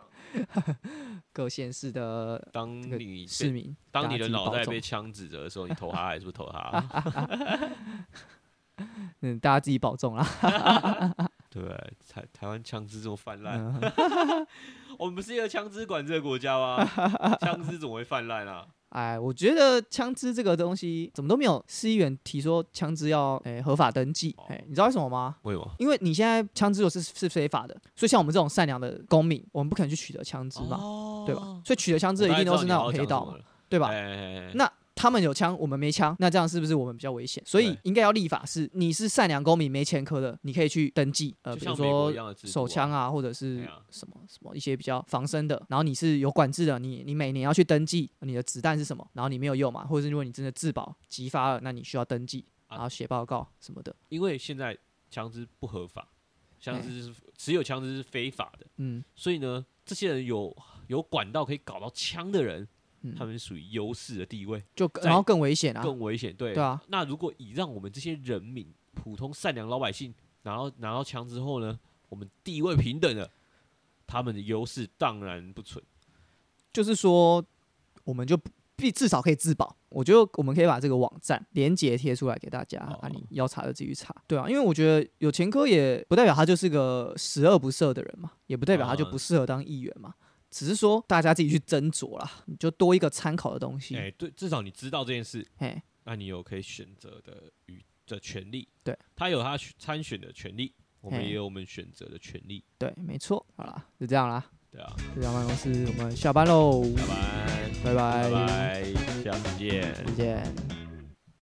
B: *laughs* 各县市的
A: 当
B: 这个
A: 你
B: 市
A: 被
B: 民，
A: 当你
B: 大家
A: 的
B: 自己
A: 脑
B: 保
A: 袋
B: 重
A: 被枪指着的时候，你投他还是不投
B: *laughs*
A: 他？
B: 嗯，大家自己保重啦。
A: 对不对，台台湾枪支这么泛滥，
B: 嗯
A: 我们不是一个枪支管制的国家
B: *laughs*
A: 吗？枪支怎么会泛滥啊？
B: 哎，我觉得枪支这个东西怎么都没有市议员提说枪支要哎合法登记，哎，你知道为什么吗？
A: 为什么？
B: 因为你现在枪支有是是非法的，所以像我们这种善良的公民，我们不可能去取得枪支
A: 哦
B: 嘛，对吧？所以取得枪支的一定都是那种黑道嘛，对
A: 对
B: 吧？
A: 哎
B: 那他们有枪，我们没枪，那这样是不是我们比较危险？所以
A: 对
B: 应该要立法是，你是善良公民，没前科的，你可以去登记，呃，
A: 就
B: 比如
A: 像美国
B: 说
A: 一样的制度啊
B: 手枪啊，或者
A: 对
B: 是
A: 啊
B: 什么什么一些比较防身的，然后你是有管制的，你你每年要去登记你的子弹是什么，然后你没有用嘛，或者是如果你真的自保急发了，那你需要登记，
A: 啊
B: 然后写报告什么的。
A: 因为现在枪支不合法，枪支是持有枪支是非法的，
B: 嗯
A: 所以呢，这些人有有管道可以搞到枪的人，他
B: 嗯，
A: 们属于优势的地位，
B: 就
A: 在
B: 然后更危险啊，
A: 更危险。对
B: 对啊，
A: 那如果以让我们这些人民、普通善良老百姓拿到拿到枪之后呢，我们地位平等了，他们的优势荡然不存。
B: 就是说我们就不必至少可以自保。我觉得我们可以把这个网站连接贴出来给大家，
A: 哦
B: 啊，你要查就自己去查，对啊，因为我觉得有前科也不代表他就是个十恶不赦的人嘛，也不代表他就
A: 嗯
B: 不适合当议员嘛。只是说大家自己去斟酌啦，你就多一个参考的东西。
A: 哎、对，至少你知道这件事，
B: 哎，
A: 那你有可以选择的与的权利。
B: 对，
A: 他有他选参选的权利，我们
B: 嘿
A: 也有我们选择的权利。
B: 对，没错，好啦，就这样啦，
A: 对啊，
B: 这家办公室我们下班喽，
A: 拜拜，
B: 拜拜，
A: 拜拜，下次见。
B: 再见。